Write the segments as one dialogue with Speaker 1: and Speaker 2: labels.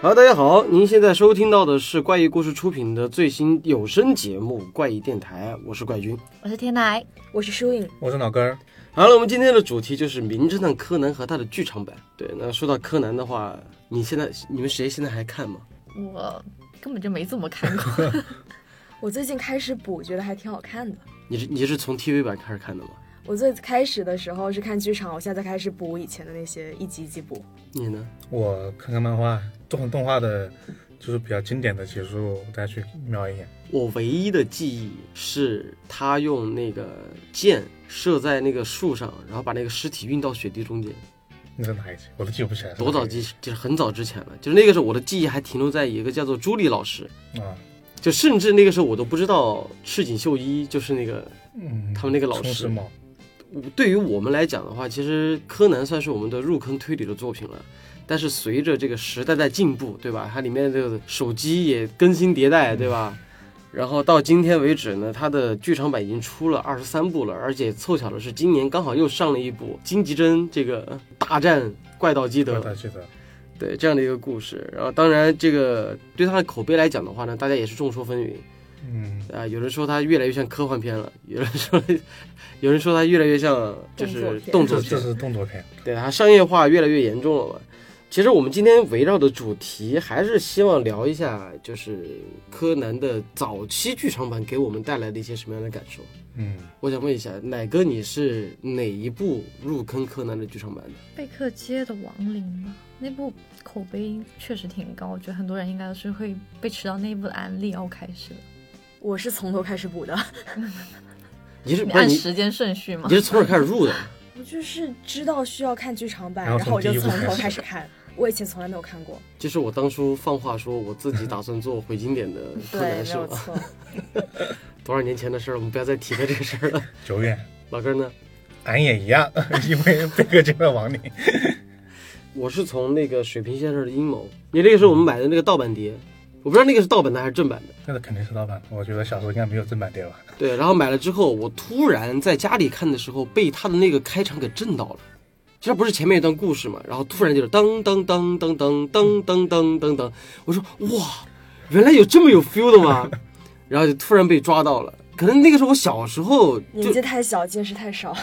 Speaker 1: 好，大家好，您现在收听到的是怪异故事出品的最新有声节目《怪异电台》，我是怪军。
Speaker 2: 我是天奶，
Speaker 3: 我是舒颖，
Speaker 4: 我是脑根儿，
Speaker 1: 好了，我们今天的主题就是《名侦探柯南》和他的剧场版。对，那说到柯南的话，你现在你们谁现在还看吗？
Speaker 2: 我根本就没怎么看过，
Speaker 3: 我最近开始补，觉得还挺好看的。
Speaker 1: 你是你是从 TV 版开始看的吗？
Speaker 3: 我最开始的时候是看剧场，我现在开始补以前的那些，一集一集补。
Speaker 1: 你呢？
Speaker 4: 我看看漫画，动动画的，就是比较经典的结束，我再去瞄一眼。
Speaker 1: 我唯一的记忆是他用那个箭射在那个树上，然后把那个尸体运到雪地中间。
Speaker 4: 那是哪一集？我都记不起来是哪一
Speaker 1: 多早
Speaker 4: 集。
Speaker 1: 之就是很早之前了，就是那个时候我的记忆还停留在一个叫做朱莉老师，
Speaker 4: 啊？
Speaker 1: 就甚至那个时候我都不知道赤井秀一就是那个
Speaker 4: 嗯，
Speaker 1: 他们那个老师
Speaker 4: 冲时髦，
Speaker 1: 对于我们来讲的话，其实柯南算是我们的入坑推理的作品了。但是随着这个时代在进步，对吧？它里面的手机也更新迭代，对吧？然后到今天为止呢，它的剧场版已经出了二十三部了，而且凑巧的是，今年刚好又上了一部金吉真这个大战怪盗基
Speaker 4: 我
Speaker 1: 德，
Speaker 4: 倒记得。
Speaker 1: 对这样的一个故事。然后当然，这个对它的口碑来讲的话呢，大家也是众说纷纭。
Speaker 4: 嗯，
Speaker 1: 啊、有人说它越来越像科幻片了，有人说， 有人说它越来越像就是动
Speaker 3: 动
Speaker 1: 作片
Speaker 4: 这这，是动作片。
Speaker 1: 对它商业化越来越严重了嘛。其实我们今天围绕的主题还是希望聊一下，就是柯南的早期剧场版给我们带来的一些什么样的感受。
Speaker 4: 嗯，
Speaker 1: 我想问一下，奶哥，你是哪一部入坑柯南的剧场版的？
Speaker 2: 贝克街的亡灵吧，那部口碑确实挺高，我觉得很多人应该都是会被吃到那一部的案例然后开始的。
Speaker 3: 我是从头开始补的，
Speaker 1: 你是
Speaker 2: 你
Speaker 1: 不是
Speaker 2: 按
Speaker 1: 你
Speaker 2: 时间顺序吗
Speaker 1: 你？是从哪儿开始入的？
Speaker 3: 我就是知道需要看剧场版，
Speaker 4: 然后
Speaker 3: 然后我就
Speaker 4: 从第一
Speaker 3: 从
Speaker 4: 部
Speaker 3: 头
Speaker 4: 开
Speaker 3: 开
Speaker 4: 始
Speaker 3: 始看。我以前从来没有看过，
Speaker 1: 这是我当初放话说我自己打算做回经典的柯
Speaker 3: 对，
Speaker 1: 南
Speaker 3: 没
Speaker 1: 是
Speaker 3: 有
Speaker 1: 吧？
Speaker 3: 错。
Speaker 1: 多少年前的事儿，我们不要再提到这个事儿了。
Speaker 4: 久远，
Speaker 1: 老根儿呢？
Speaker 4: 俺也一样， 因为贝克街的亡灵。
Speaker 1: 我是从那个水平先生的阴谋，你那个时候我们买的那个盗版碟，我不知道那个是盗版的还是正版的。
Speaker 4: 那个肯定是盗版，我觉得小时候应该没有正版碟吧。
Speaker 1: 对，然后买了之后，我突然在家里看的时候，被他的那个开场给震到了。这不是前面一段故事嘛？然后突然就是当当当当当当当当当当，我说哇，原来有这么有 feel 的吗？然后就突然被抓到了。可能那个时候我小时候就
Speaker 3: 年纪太小，见识太 少。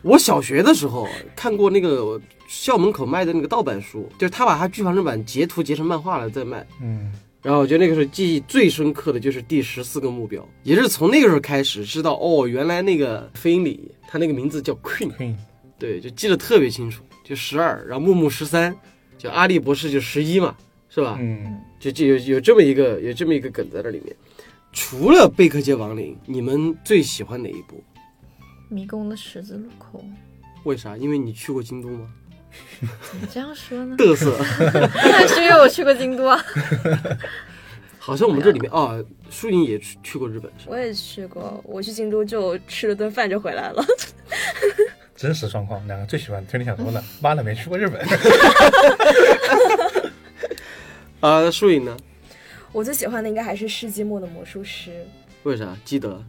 Speaker 1: 我小学的时候看过那个校门口卖的那个盗版书，就是他把他剧场版截图截成漫画了再卖。
Speaker 4: 嗯，
Speaker 1: 然后我觉得那个时候记忆最深刻的就是第十四个目标，也是从那个时候开始知道哦，原来那个飞鹰里他那个名字叫 Queen，
Speaker 4: 嘿，
Speaker 1: 对，就记得特别清楚，就十二，然后木木十三，就阿笠博士就十一嘛，是吧？
Speaker 4: 嗯，
Speaker 1: 就就有有这么一个有这么一个梗在那里面。除了《贝克街亡灵》，你们最喜欢哪一部？
Speaker 2: 迷宫的十字路口，
Speaker 1: 为啥？因为你去过京都吗？
Speaker 2: 怎么这样说 呢？
Speaker 1: 嘚瑟，
Speaker 2: 当然是因为我去过京都啊，
Speaker 1: 好像我们这里面啊，舒颖也去去过日本，是吧
Speaker 3: 我也去过，我去京都就吃了顿饭就回来了。
Speaker 4: 真实状况，两个最喜欢推理小说了。妈的，没去过日本。
Speaker 1: 啊，舒颖呢？
Speaker 3: 我最喜欢的应该还是世纪末的魔术师，
Speaker 1: 为啥？记得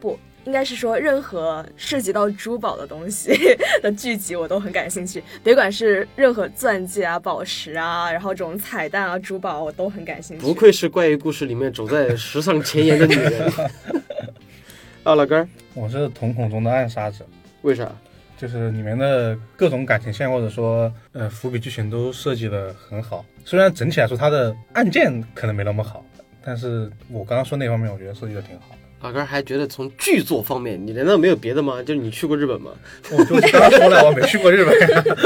Speaker 3: 不应该是说任何涉及到珠宝的东西 的剧集我都很感兴趣，别管是任何钻戒啊、宝石啊，然后这种彩蛋啊、珠宝我都很感兴趣。。
Speaker 1: 不愧是怪异故事里面走在时尚前沿的女人。 啊，老根儿，
Speaker 4: 我是瞳孔中的暗杀者。
Speaker 1: 为啥？
Speaker 4: 就是里面的各种感情线或者说呃伏笔剧情都设计的很好，虽然整体来说它的案件可能没那么好，但是我刚刚说那方面我觉得设计的挺好。
Speaker 1: 老根儿还觉得从剧作方面，你难道没有别的吗？就是你去过日本吗？
Speaker 4: 我就刚刚说了，我没去过日本。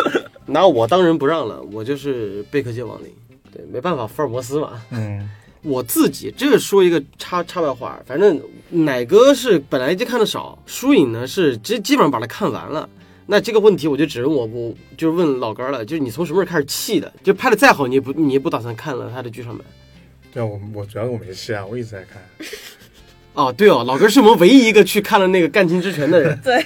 Speaker 1: 拿我当仁不让了，我就是贝克街亡灵。对，没办法，福尔摩斯嘛。
Speaker 4: 嗯，
Speaker 1: 我自己这个说一个插插外话，反正奶哥是本来就看的少，疏影呢是基基本上把它看完了。那这个问题我就只问我我就是问老根儿了，就是你从什么时候开始弃的？就拍的再好，你也不你也不打算看了他的剧场版。
Speaker 4: 对啊，我我主要我没戏啊，我一直在看。
Speaker 1: 哦，对哦，老哥是我们唯一一个去看了那个《感情之泉》的人
Speaker 3: 对，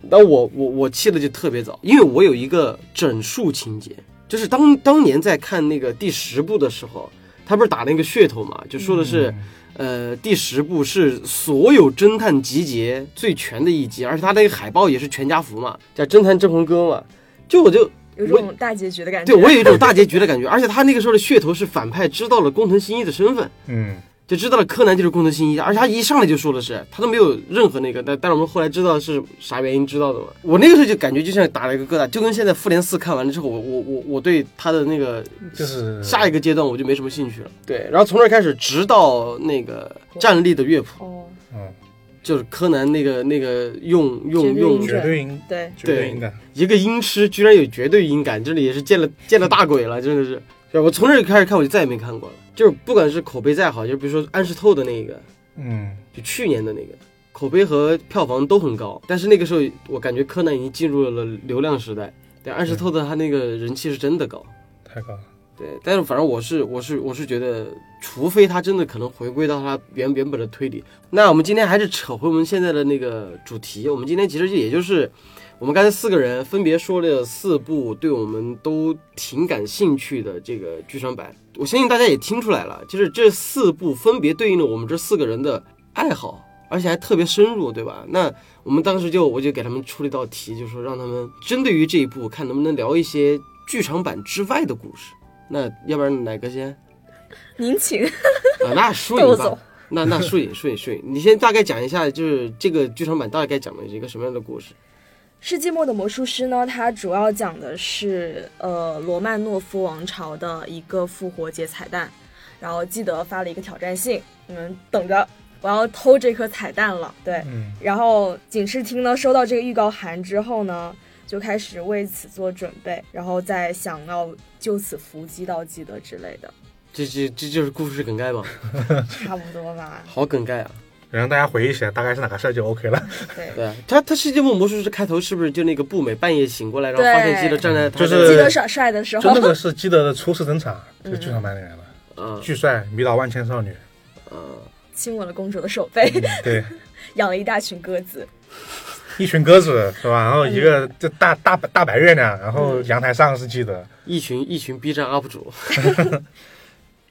Speaker 1: 那我我我弃的就特别早，因为我有一个整数情节，就是当当年在看那个第十部的时候，他不是打那个噱头嘛，就说的是，呃，第十部是所有侦探集结最全的一集，而且他那个海报也是全家福嘛，叫《侦探镇魂歌》嘛。就我就
Speaker 3: 有种大结局的感觉。
Speaker 1: 对我有一种大结局的感觉，而且他那个时候的噱头是反派知道了工藤新一的身份，
Speaker 4: 嗯，
Speaker 1: 就知道了柯南就是工藤新一，而且他一上来就说的是，他都没有任何那个，但但是我们后来知道是啥原因知道的嘛。我那个时候就感觉就像打了一个疙瘩，就跟现在复联四看完了之后，我我我我对他的那个
Speaker 4: 就是
Speaker 1: 下一个阶段我就没什么兴趣了。对，然后从那儿开始，直到那个站立的乐谱，
Speaker 2: 哦，
Speaker 4: 嗯，
Speaker 1: 就是柯南那个那个用
Speaker 3: 绝
Speaker 1: 用
Speaker 3: 对
Speaker 1: 用
Speaker 3: 音
Speaker 4: 绝对应
Speaker 3: 对，
Speaker 4: 绝对应该，
Speaker 1: 一个音痴居然有绝对音感，真的也是见了见了大鬼了，真的是。对我从这开始看，我就再也没看过了。就是不管是口碑再好，就比如说安室透的那个，
Speaker 4: 嗯，
Speaker 1: 就去年的那个，口碑和票房都很高。但是那个时候，我感觉柯南已经进入了流量时代。对，安室透的他那个人气是真的高。
Speaker 4: 太高了，
Speaker 1: 对，但是反正我是我是我是觉得，除非他真的可能回归到他原原本的推理。那我们今天还是扯回我们现在的那个主题，我们今天其实也就是我们刚才四个人分别说了四部对我们都挺感兴趣的这个剧场版。我相信大家也听出来了，就是这四部分别对应了我们这四个人的爱好，而且还特别深入，对吧？那我们当时就我就给他们出了一道题，就说让他们针对于这一部，看能不能聊一些剧场版之外的故事。那要不然哪个先？
Speaker 3: 您请。
Speaker 1: 啊，那输
Speaker 2: 豆
Speaker 1: 赢吧
Speaker 2: 总。
Speaker 1: 那那输赢输赢输赢，你先大概讲一下，就是这个剧场版大概讲的一个什么样的故事？
Speaker 3: 世纪末的魔术师呢，它主要讲的是呃罗曼诺夫王朝的一个复活节彩蛋，然后记得发了一个挑战信，你们等着，我要偷这颗彩蛋了。对，
Speaker 4: 嗯，
Speaker 3: 然后警视厅呢收到这个预告函之后呢，就开始为此做准备，然后再想要就此伏击到基德之类的，
Speaker 1: 这这这就是故事梗概吗？。
Speaker 3: 差不多吧
Speaker 1: 好梗概啊！
Speaker 4: 让大家回忆起来大概是哪个事儿就 OK 了，
Speaker 3: 对，
Speaker 1: 对啊，他他世界末魔术师开头是不是就那个步美半夜醒过来，然后发现
Speaker 3: 对
Speaker 1: 记得站在他
Speaker 4: 就是
Speaker 3: 基
Speaker 1: 的
Speaker 3: 德耍帅的时
Speaker 4: 就那
Speaker 3: 候，
Speaker 4: 个是基德的初次登场， 就是剧场版里面的，
Speaker 1: 啊
Speaker 4: 巨帅迷倒万千少女，嗯
Speaker 1: 啊，
Speaker 3: 亲吻了公主的手背，
Speaker 4: 对，
Speaker 3: 养了一大群鸽子。
Speaker 4: 一群鸽子是
Speaker 3: 哎
Speaker 4: 吧？然后一个就大大大白月亮，然后
Speaker 3: 嗯
Speaker 4: 阳台上是基德，
Speaker 1: 一群一群 B 站 UP 主，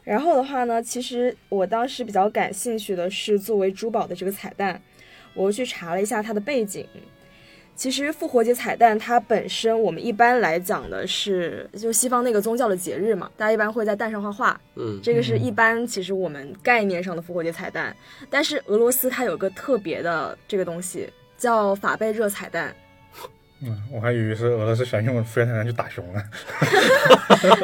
Speaker 3: 然后的话呢，其实我当时比较感兴趣的是作为珠宝的这个彩蛋，我又去查了一下它的背景。其实复活节彩蛋它本身，我们一般来讲的是就西方那个宗教的节日嘛，大家一般会在蛋上画画，
Speaker 1: 嗯，
Speaker 3: 这个是一般其实我们概念上的复活节彩蛋。但是俄罗斯它有个特别的这个东西叫法贝热彩蛋，
Speaker 4: 嗯，我还以为是俄罗斯想用福原太郎去打熊 呢，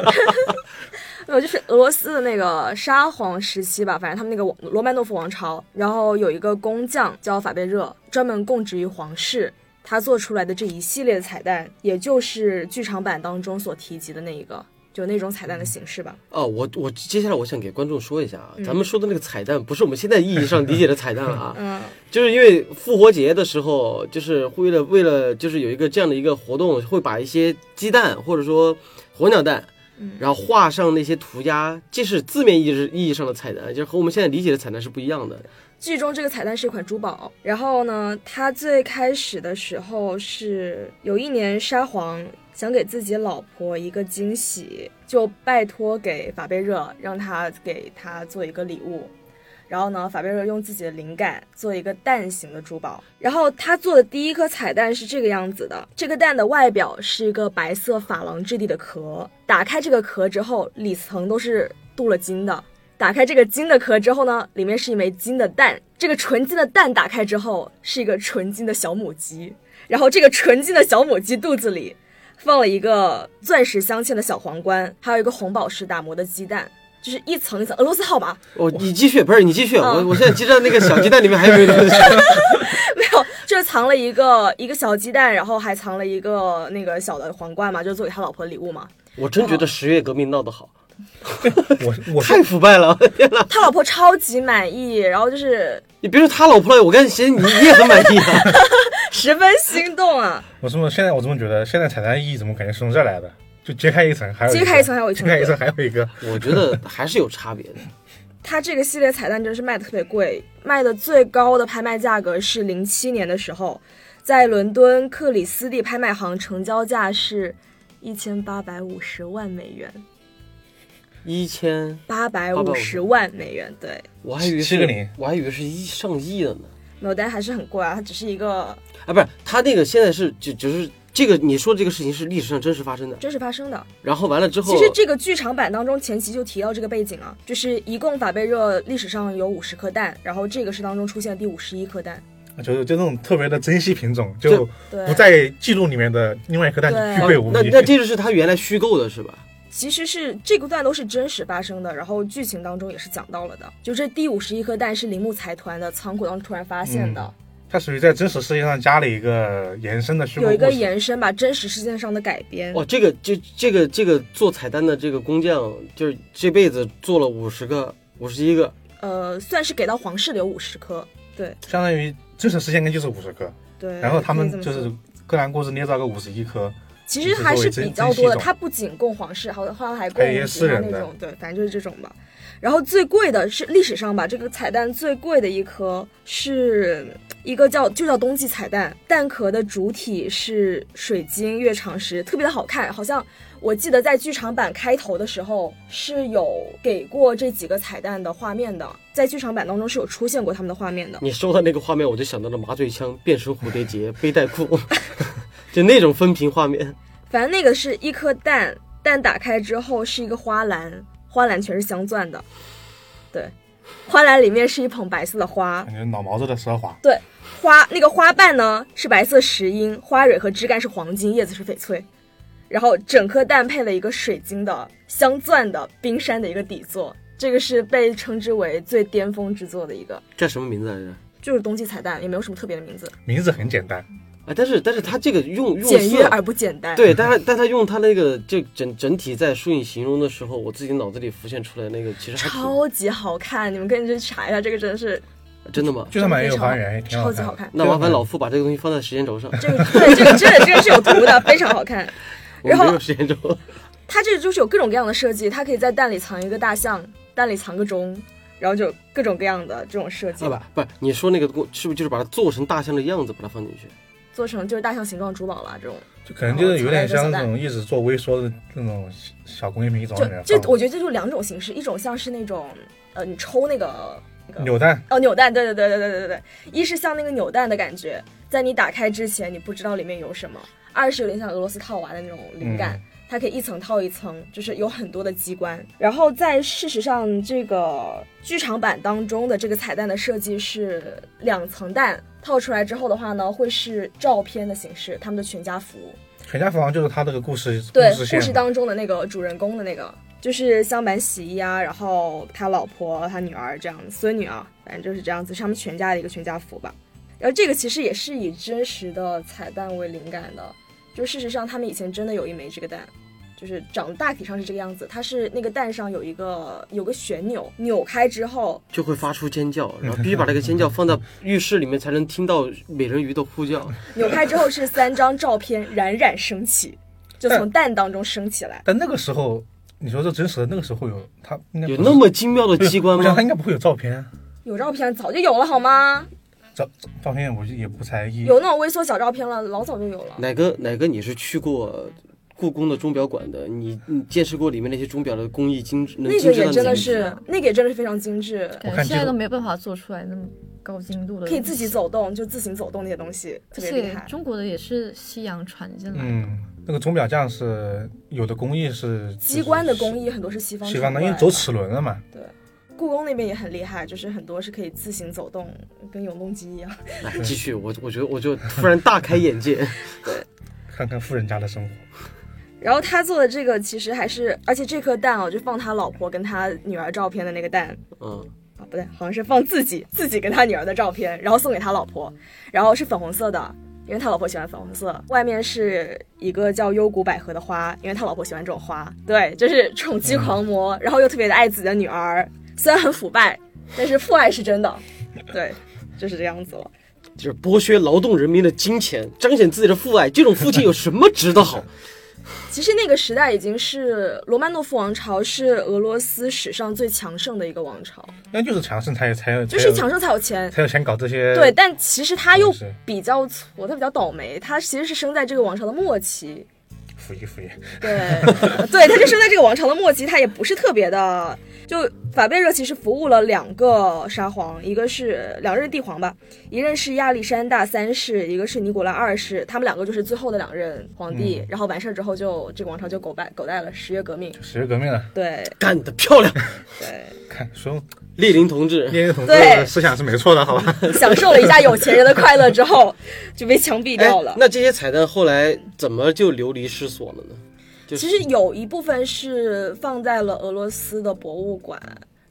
Speaker 3: 没有，呃就是俄罗斯的那个沙皇时期吧，反正他们那个王罗曼诺夫王朝，然后有一个工匠叫法贝热，专门供职于皇室。他做出来的这一系列的彩蛋，也就是剧场版当中所提及的那一个，就那种彩蛋的形式吧。
Speaker 1: 哦，我我接下来我想给观众说一下啊，
Speaker 3: 嗯
Speaker 1: 咱们说的那个彩蛋不是我们现在意义上理解的彩蛋了啊，
Speaker 3: 嗯，
Speaker 1: 就是因为复活节的时候，就是为了为了就是有一个这样的一个活动，会把一些鸡蛋或者说火鸟蛋，然后画上那些涂鸦，这是字面意义意义上的彩蛋，就是和我们现在理解的彩蛋是不一样的。
Speaker 3: 剧中这个彩蛋是一款珠宝，然后呢，它最开始的时候是有一年沙皇想给自己老婆一个惊喜，就拜托给法贝热让他给他做一个礼物。然后呢，法贝热用自己的灵感做一个蛋形的珠宝。然后他做的第一颗彩蛋是这个样子的，这个蛋的外表是一个白色珐琅质地的壳，打开这个壳之后，里层都是镀了金的。打开这个金的壳之后呢，里面是一枚金的蛋。这个纯金的蛋打开之后，是一个纯金的小母鸡。然后这个纯金的小母鸡肚子里放了一个钻石镶嵌的小皇冠，还有一个红宝石打磨的鸡蛋，就是一层一层俄罗斯号码，
Speaker 1: 哦，你继续，不是你继续，我
Speaker 3: 嗯
Speaker 1: 我现在鸡蛋那个小鸡蛋里面还有一个东西，
Speaker 3: 没有，就是藏了一个一个小鸡蛋，然后还藏了一个那个小的皇冠嘛，就是做给他老婆的礼物嘛。
Speaker 1: 我真觉得十月革命闹得好，
Speaker 4: 我我是
Speaker 1: 太腐败了， 我的天哪！
Speaker 3: 他老婆超级满意，然后就是
Speaker 1: 你别说他老婆了，我刚才嫌你你也很满意啊。
Speaker 3: 十分心动啊。
Speaker 4: 我这么现在我这么觉得，现在彩蛋意义怎么感觉是从这儿来的？就揭开一层，还有
Speaker 3: 揭开一层还有一层
Speaker 4: 揭开一层还有一个，
Speaker 1: 我觉得还是有差别的。
Speaker 3: 它这个系列彩蛋真是卖的特别贵，卖的最高的拍卖价格是零七年的时候，在伦敦克里斯蒂拍卖行成交价是一千八百五十万美元，
Speaker 1: 一千，
Speaker 3: 八百五十万美元，对，
Speaker 1: 我还以为
Speaker 4: 七
Speaker 1: 是
Speaker 4: 个零，
Speaker 1: 我还以为是一上亿的呢。
Speaker 3: 没有，但还是很贵啊，它只是一个
Speaker 1: 啊，不是，他那个现在是就就是这个你说的这个事情是历史上真实发生的，
Speaker 3: 真实发生的。
Speaker 1: 然后完了之后，
Speaker 3: 其实这个剧场版当中前期就提到这个背景啊，就是一共法贝热历史上有五十颗蛋，然后这个是当中出现第五十一颗蛋。
Speaker 4: 就是就那种特别的珍稀品种，就
Speaker 3: 对，
Speaker 4: 不在记录里面的另外一颗蛋
Speaker 3: 对哦
Speaker 4: 巨
Speaker 1: 啊
Speaker 4: 贵无
Speaker 1: 那
Speaker 4: 比。
Speaker 1: 那这个是他原来虚构的是吧？
Speaker 3: 其实是这个段都是真实发生的，然后剧情当中也是讲到了的。就这第五十一颗蛋是铃木财团的仓库当中突然发现的，
Speaker 4: 它属于在真实世界上加了一个延伸的虚构
Speaker 3: 有一个
Speaker 4: 故事
Speaker 3: 延伸吧，真实事件上的改编。
Speaker 1: 哦，这个这这个这个做彩蛋的这个工匠，就是这辈子做了五十个、五十一个，
Speaker 3: 呃，算是给到皇室留五十颗，
Speaker 4: 相当于真实事件根就是五十颗，
Speaker 3: 对。
Speaker 4: 然后他
Speaker 3: 可以这
Speaker 4: 们
Speaker 3: 么
Speaker 4: 就
Speaker 3: 说
Speaker 4: 是柯南故事捏造个五十一颗，
Speaker 3: 其实还是比较
Speaker 4: 作
Speaker 3: 多
Speaker 4: 为珍珍稀
Speaker 3: 的，
Speaker 4: 种
Speaker 3: 它不仅供皇室，好像还
Speaker 4: 还有一些
Speaker 3: 供
Speaker 4: 私
Speaker 3: 其他
Speaker 4: 人的
Speaker 3: 那种，对，反正就是这种吧。然后最贵的是历史上吧，这个彩蛋最贵的一颗是一个叫就叫冬季彩蛋，蛋壳的主体是水晶月长石，特别的好看。好像我记得在剧场版开头的时候是有给过这几个彩蛋的画面的，在剧场版当中是有出现过他们的画面的。
Speaker 1: 你说到那个画面，我就想到了麻醉枪、变身蝴蝶 结、背带裤， 就那种分屏画面。
Speaker 3: 反正那个是一颗蛋，蛋打开之后是一个花篮，花篮全是镶钻的，对，花篮里面是一捧白色的花
Speaker 4: 感，觉脑毛子的奢华。
Speaker 3: 花那个花瓣呢是白色石英，花蕊和枝干是黄金，叶子是翡翠，然后整颗蛋配了一个水晶的镶钻的冰山的一个底座，这个是被称之为最巅峰之作的一个，
Speaker 1: 这什么名字来着？
Speaker 3: 就是冬季彩蛋，也没有什么特别的名字，
Speaker 4: 名字很简单，
Speaker 1: 啊，但是但是他这个用用
Speaker 3: 简约
Speaker 1: 色
Speaker 3: 而不简单，
Speaker 1: 对，但他但他用他那个这整整体在书影形容的时候，我自己脑子里浮现出来那个其实还挺
Speaker 3: 超级好看，你们可以去查一下，这个真的是
Speaker 1: 真的吗？
Speaker 4: 剧场版也有还原，也挺
Speaker 3: 超级好
Speaker 4: 看。
Speaker 3: 看。
Speaker 1: 那麻烦老傅把这个东西放在时间轴上，
Speaker 3: 这个对，这个这个这个是有图的，非常好看。
Speaker 1: 我们
Speaker 3: 然后
Speaker 1: 没有时间 轴。
Speaker 3: 它这个就是有各种各样的设计，它可以在蛋里藏一个大象，蛋里藏个钟，然后就各种各样的这种设计
Speaker 1: 啊， 不不，你说那个工是不是就是把它做成大象的样子，把它放进去？
Speaker 3: 做成就是大象形状珠宝啦这种。
Speaker 4: 就可能就是有点像那种一直做微缩的那种小工业品种里面
Speaker 3: 就
Speaker 4: 放
Speaker 3: 这，我觉得这就两种形式，一种像是那种呃，你抽那个那个
Speaker 4: 扭蛋，
Speaker 3: 哦扭蛋，对对对对对对对，一是像那个扭蛋的感觉，在你打开之前你不知道里面有什么；二是有点像俄罗斯套娃的那种灵感。
Speaker 4: 嗯
Speaker 3: 它可以一层套一层，就是有很多的机关。然后在事实上，这个剧场版当中的这个彩蛋的设计是两层蛋套出来之后的话呢，会是照片的形式，他们的全家福。
Speaker 4: 全家福好像就是他这个故事
Speaker 3: 对，
Speaker 4: 事
Speaker 3: 故事
Speaker 4: 线嘛，
Speaker 3: 当中的那个主人公的那个，就是香坂洗衣啊，然后他老婆、他女儿这样，孙女啊，反正就是这样子，是他们全家的一个全家福吧。然后这个其实也是以真实的彩蛋为灵感的，就事实上他们以前真的有一枚这个蛋。就是长得大体上是这个样子，它是那个蛋上有一个有个旋钮，扭开之后，
Speaker 1: 就会发出尖 叫，然后必须把这个尖叫放在呃浴室里面才能听到美人鱼的呼叫。
Speaker 3: 扭开之后是三张照片冉冉升起，就从
Speaker 4: 嗯
Speaker 3: 蛋当中升起来。
Speaker 4: 但那个时候你说这真实的那个时候有他应该
Speaker 1: 有
Speaker 4: 不是
Speaker 1: 那么精 妙的机关
Speaker 4: 我想
Speaker 1: 吗
Speaker 4: 他？应该不会有照片啊，
Speaker 3: 有照片早就有了好吗？
Speaker 4: 照照片我也不才一
Speaker 3: 有那种微缩小照片了，老早就有了。
Speaker 1: 哪个哪个你是去过故宫的钟表馆的？你你见识过里面那些钟表的工艺精致，能
Speaker 3: 那
Speaker 1: 精
Speaker 3: 个
Speaker 1: 致
Speaker 3: 也
Speaker 1: 到
Speaker 3: 真
Speaker 1: 哪
Speaker 3: 的
Speaker 1: 里？
Speaker 3: 是，那个也真的是非常精致，
Speaker 4: 我
Speaker 2: 感觉
Speaker 4: 看
Speaker 2: 现
Speaker 4: 这
Speaker 2: 在都
Speaker 4: 个
Speaker 2: 没有办法做出来那么高精度的东西，
Speaker 3: 可以自己走动，就自行走动那些东西，特
Speaker 2: 而
Speaker 3: 别厉
Speaker 2: 且
Speaker 3: 害。
Speaker 2: 中国的也是西洋传进来的，
Speaker 4: 嗯，那个钟表匠是有的工艺是
Speaker 3: 机关的工艺很多是西方
Speaker 4: 西方
Speaker 3: 的，
Speaker 4: 的，因为走齿轮了嘛，
Speaker 3: 故宫那边也很厉害，就是很多是可以自行走动，跟永动机一样。
Speaker 1: 来哎继续，我我觉得我就突然大开眼 界。
Speaker 4: 看看富人家的生活。
Speaker 3: 然后他做的这个其实还是，而且这颗蛋哦，就放他老婆跟他女儿照片的那个蛋，
Speaker 1: 嗯，
Speaker 3: 啊，不对，好像是放自己自己跟他女儿的照片，然后送给他老婆，然后是粉红色的，因为他老婆喜欢粉红色。外面是一个叫幽谷百合的花，因为他老婆喜欢这种花。对，就是宠妻狂魔，然后又特别的爱自己的女儿，虽然很腐败，但是父爱是真的。对，就是这样子了。
Speaker 1: 就是剥削劳动人民的金钱，彰显自己的父爱，这种父亲有什么值得好？
Speaker 3: 其实那个时代已经是罗曼诺夫王朝是俄罗斯史上最强盛的一个王朝，
Speaker 4: 那就是强盛才有才有，
Speaker 3: 就是
Speaker 4: 才
Speaker 3: 强
Speaker 4: 有
Speaker 3: 盛才有钱。
Speaker 4: 才有钱搞这些。
Speaker 3: 对，，但其实他又
Speaker 4: 是
Speaker 3: 比较挫，他比较倒霉，他其实是生在这个王朝的末期，
Speaker 4: 溥仪溥仪，
Speaker 3: 对，对，他就生在这个王朝的末期，他也不是特别的，就法贝热其实服务了两个沙皇，一个是两任帝皇吧，一任是亚历山大三世，一个是尼古拉二世，他们两个就是最后的两任皇帝。
Speaker 4: 嗯
Speaker 3: 然后完事儿之后就这个王朝就狗拜狗带了，十月革命。
Speaker 4: 十月革命了，
Speaker 3: 对
Speaker 1: 干得漂 亮， 哎
Speaker 3: 对，
Speaker 4: 看说
Speaker 1: 列宁同志，
Speaker 4: 列宁同志
Speaker 3: 对
Speaker 4: 的思想是没错的，好吧？
Speaker 3: 享受了一下有钱人的快乐之后，就被枪毙掉了
Speaker 1: 哎。那这些彩蛋后来怎么就流离失所了呢？就是
Speaker 3: 其实有一部分是放在了俄罗斯的博物馆，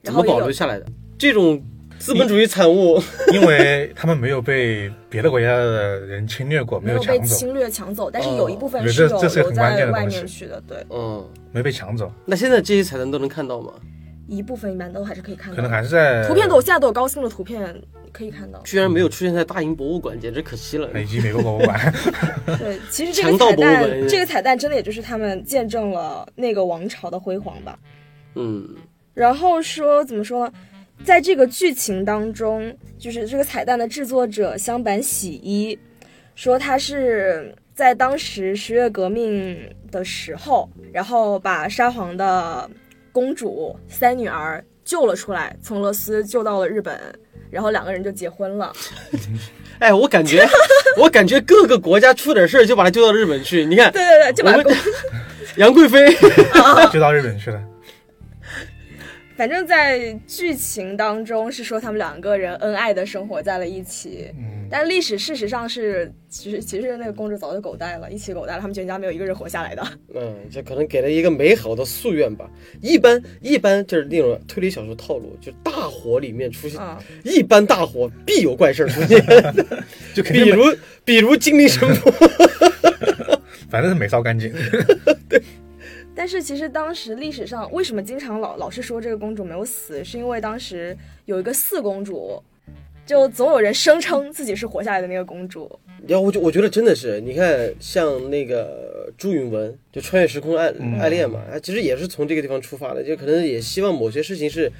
Speaker 1: 怎
Speaker 3: 然
Speaker 1: 么
Speaker 3: 后也
Speaker 1: 保留
Speaker 3: 有
Speaker 1: 下来的？这种资本主义产物，
Speaker 4: 因为他们没有被别的国家的人侵略过，
Speaker 3: 没
Speaker 4: 有
Speaker 3: 有被
Speaker 4: 抢走，
Speaker 3: 侵略抢走，但是
Speaker 1: 哦
Speaker 3: 有一部分
Speaker 4: 对
Speaker 3: 是
Speaker 4: 这
Speaker 3: 有
Speaker 4: 这是
Speaker 3: 留
Speaker 4: 很关
Speaker 3: 在
Speaker 4: 键的
Speaker 3: 外
Speaker 4: 东
Speaker 3: 面
Speaker 4: 西
Speaker 3: 去的。对，
Speaker 1: 嗯，
Speaker 4: 没被抢走，
Speaker 1: 那现在这些彩蛋都能看到吗？
Speaker 3: 一部分一般都还是可以看
Speaker 4: 可
Speaker 3: 到
Speaker 4: 能
Speaker 3: 的。
Speaker 4: 还是在
Speaker 3: 图片都有现在都有高清的图片可以 看到。
Speaker 1: 居然没有出现在大英博物馆，简直可惜了。
Speaker 4: 以及美国博物 馆。
Speaker 3: 对，其实这
Speaker 1: 强
Speaker 3: 个
Speaker 1: 盗
Speaker 3: 彩
Speaker 1: 博物馆
Speaker 3: 蛋，这个彩蛋真的也就是他们见证了那个王朝的辉煌吧。
Speaker 1: 嗯，
Speaker 3: 然后说怎么说呢？在这个剧情当中，就是这个彩蛋的制作者香坂喜一说，他是在当时十月革命的时候，然后把沙皇的公主三女儿救了出来，从俄罗斯救到了日本，然后两个人就结婚了。
Speaker 1: 哎，我感觉， 我感觉各个国家出点事儿就把他丢到日本去。你看
Speaker 3: 对对对，就把
Speaker 1: 我们
Speaker 3: 公
Speaker 1: 杨贵妃，
Speaker 4: 就到日本去了。
Speaker 3: 反正，在剧情当中是说他们两个人恩爱的生活在了一起，
Speaker 4: 嗯，
Speaker 3: 但历史事实上是，其实其实那个公主早就狗带了，一起狗带了，他们全家没有一个人活下来的。
Speaker 1: 嗯，这可能给了一个美好的夙愿吧。一般一般就是那种推理小说套路，就大火里面出现，
Speaker 3: 啊，
Speaker 1: 一般大火必有怪事儿出 现，
Speaker 4: 就肯
Speaker 1: 比
Speaker 4: 定没
Speaker 1: 如比如精灵 神捕。
Speaker 4: 反正是没烧干净。
Speaker 3: 但是其实当时历史上为什么经常老老是说这个公主没有死，是因为当时有一个四公主，就总有人声称自己是活下来的那个公主。
Speaker 1: 然后我就我觉得真的是，你看像那个朱允文，就穿越时空爱、
Speaker 4: 嗯
Speaker 1: 爱恋嘛，他其实也是从这个地方出发的，就可能也希望某些事情是，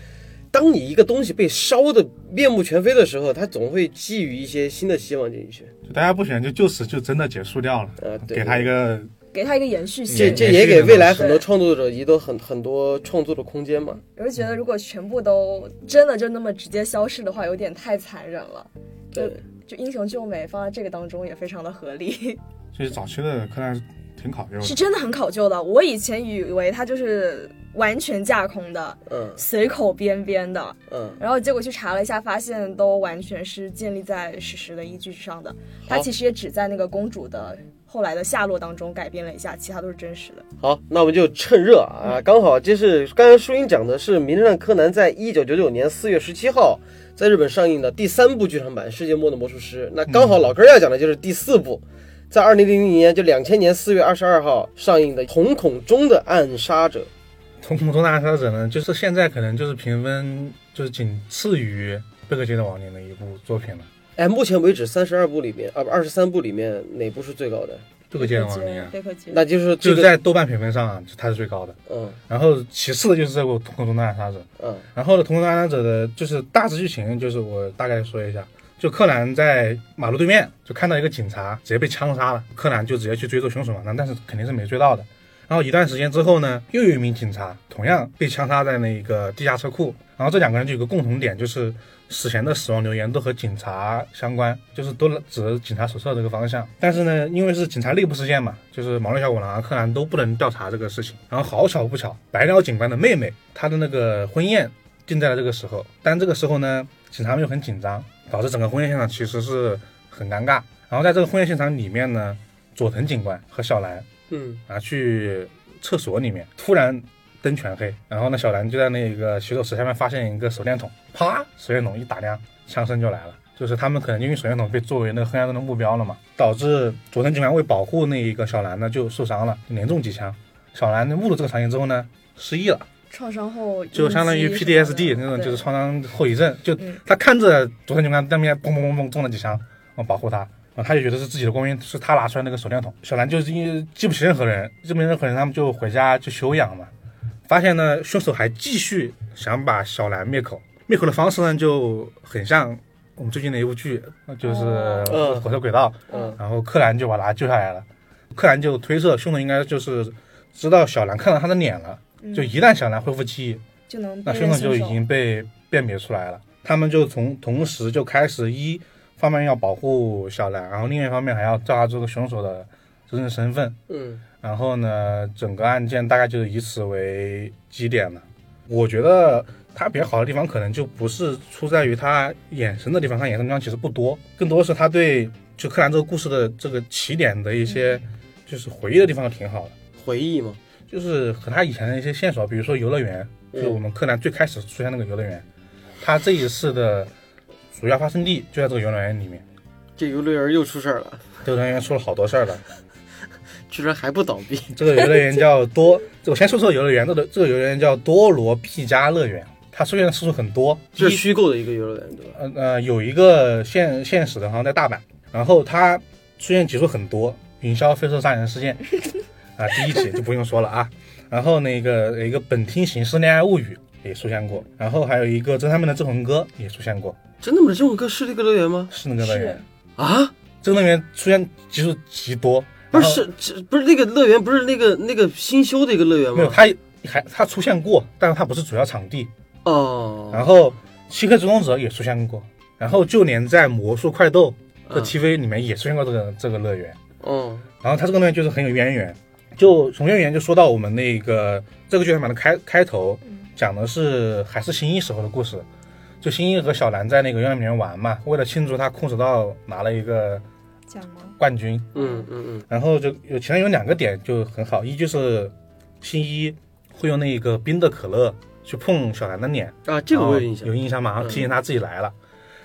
Speaker 1: 当你一个东西被烧的面目全非的时候，他总会寄予一些新的希望进去。
Speaker 4: 就大家不喜欢，就就此就真的结束掉了，
Speaker 1: 啊，对，
Speaker 4: 给他一个
Speaker 3: 给她一个延续性，
Speaker 1: 这
Speaker 4: 也
Speaker 1: 这
Speaker 4: 也
Speaker 1: 也
Speaker 4: 是
Speaker 1: 给
Speaker 4: 一个
Speaker 1: 未来
Speaker 3: 东西
Speaker 1: 很多创作者也都很很多创作的空间嘛。
Speaker 3: 我是觉得如果全部都真的就那么直接消逝的话，有点太残忍了。
Speaker 1: 对，
Speaker 3: 就英雄救美放在这个当中也非常的合理，
Speaker 4: 就是早期的柯南是挺考究
Speaker 1: 嗯
Speaker 3: 是
Speaker 4: 的，
Speaker 3: 真的很考究的。我以前以为它就是完全架空的，
Speaker 1: 嗯
Speaker 3: 随口编编的，
Speaker 1: 嗯，
Speaker 3: 然后结果去查了一下，发现都完全是建立在史实的依据之上的。它
Speaker 1: 好
Speaker 3: 其实也只在那个公主的后来的下落当中改编了一下，其他都是真实的。
Speaker 1: 好，那我们就趁热啊，刚好这是刚才淑英讲的是《名侦探柯南》在一九九九年四月十七号在日本上映的第三部剧场版《世界末的魔术师》，那刚好老根儿要讲的就是第四部。在二零零零年，就两千年四月二十二号上映的《瞳孔中的暗杀者》，
Speaker 4: 瞳孔中的暗杀者呢，就是现在可能就是评分就是仅次于《贝克街的亡灵》的一部作品了，
Speaker 1: 哎，目前为止三十二部里面啊，不二十三部里面哪部是最高的？
Speaker 4: 《贝克街的亡灵》啊，
Speaker 3: 贝克街，
Speaker 1: 那嗯就是
Speaker 4: 就
Speaker 1: 这
Speaker 4: 是
Speaker 1: 个，
Speaker 4: 在豆瓣评分上啊，它是最高的。
Speaker 1: 嗯
Speaker 4: 然后其次的就是这部《瞳孔中的暗杀者》，
Speaker 1: 嗯
Speaker 4: 然后呢，《同城暗杀者》的就是大致剧情，就是我大概说一下，就柯南在马路对面就看到一个警察直接被枪杀了，柯南就直接去追踪凶手嘛，那但是肯定是没追到的。然后一段时间之后呢，又有一名警察同样被枪杀在那个地下车库，然后这两个人就有个共同点，就是死前的死亡留言都和警察相关，就是都指着警察手册这个方向。但是呢，因为是警察内部事件嘛，就是毛利小五郎啊、柯南都不能调查这个事情。然后好巧不巧，白鸟警官的妹妹她的那个婚宴定在了这个时候，但这个时候呢，警察们又很紧张，导致整个婚宴现场其实是很尴尬。然后在这个婚宴现场里面呢，佐藤警官和小兰
Speaker 1: 嗯，
Speaker 4: 啊去厕所里面，突然灯全黑，然后呢，小兰就在那个洗手池下面发现一个手电筒，啪，手电筒一打亮，枪声就来了。就是他们可能因为手电筒被作为那个黑暗中的目标了嘛，导致佐藤警官为保护那一个小兰呢就受伤了，连中几枪。小兰目睹这个场景之后呢，失忆了。
Speaker 3: 创伤后
Speaker 4: 就相当于
Speaker 3: 应激什么的
Speaker 4: PTSD 那种，就
Speaker 3: 对
Speaker 4: 是创伤后遗症。就
Speaker 3: 嗯
Speaker 4: 他看着佐藤警官那边砰砰砰砰中了几枪，啊，保护他，啊，他就觉得是自己的光因，是他拿出来那个手电筒。小兰就是因为记不起任何人，记不起任何人，他们就回家就休养嘛。发现呢，凶手还继续想把小兰灭口，灭口的方式呢就很像我们最近的一部剧，就是
Speaker 3: 哦
Speaker 4: 《火车轨道》
Speaker 1: 嗯
Speaker 4: 然后柯南就把他救下来了。柯南
Speaker 3: 嗯
Speaker 4: 就推测凶手应该就是知道小兰看到他的脸了，就一旦小兰恢复记忆，
Speaker 3: 就能
Speaker 4: 那
Speaker 3: 辨
Speaker 4: 凶
Speaker 3: 认
Speaker 4: 手
Speaker 3: 凶手
Speaker 4: 就已经被辨别出来了。他们就从同时就开始一方面要保护小兰，然后另一方面还要调查这个凶手的真正身份。
Speaker 1: 嗯
Speaker 4: 然后呢，整个案件大概就是以此为基点了。我觉得他比较好的地方，可能就不是出在于他衍生的地方，他衍生的地方其实不多，更多是他对就柯南这个故事的这个起点的一些就是回忆的地方挺好的，
Speaker 1: 回忆嘛，
Speaker 4: 就是和他以前的一些线索，比如说游乐园，就是我
Speaker 1: 嗯
Speaker 4: 们柯南最开始出现那个游乐园，他这一次的主要发生地就在这个游乐园里面，
Speaker 1: 这游乐园又出事儿了，
Speaker 4: 这个游乐园出了好多 事儿了。
Speaker 1: 居然还不倒闭，
Speaker 4: 这个游乐园叫多，我先说说游乐园，这个这个游乐园叫多罗毕加乐园，它出现的次数很多。第
Speaker 1: 这是
Speaker 4: 一，
Speaker 1: 虚构的一个游乐园对吧？
Speaker 4: 呃呃，有一个现现实的，好像在大阪，然后它出现集数很多，云霄飞车杀 人事件啊，第一集就不用说了啊。然后那个有一个本厅刑事恋爱物语也出现过，然后还有一个侦探们的镇魂歌也出现过，
Speaker 1: 真的吗？这首歌是这个乐园吗？
Speaker 4: 是那个乐园
Speaker 3: 是，
Speaker 1: 啊，
Speaker 4: 这个乐园出现集数极多。
Speaker 1: 不
Speaker 4: 然
Speaker 1: 是
Speaker 4: 后
Speaker 1: 是是不是那个乐园不是那个那个新修的一个乐园
Speaker 4: 没有，
Speaker 1: 吗？
Speaker 4: 它还它出现过，但是它不是主要场地。
Speaker 1: 哦，
Speaker 4: 然后《漆黑追踪者》也出现过，然后就连在《魔术快斗》的
Speaker 1: 嗯
Speaker 4: TV 里面也出现过这个这个乐园。
Speaker 1: 哦，
Speaker 4: 然后它这个乐园就是很有渊源，就从渊源就说到我们那个这个剧场版的开开头，讲的是还是新一时候的故事。就新一和小兰在那个游乐园里面玩嘛，为了庆祝他空手道拿了一个
Speaker 3: 讲吗？
Speaker 4: 冠军，
Speaker 1: 嗯嗯
Speaker 4: 然后就有其中有两个点就很好，一就是新一会用那个冰的可乐去碰小兰的脸，
Speaker 1: 嗯，啊，这个我有印象嗯
Speaker 4: 哦有，印象嘛？然后提醒他自己来了。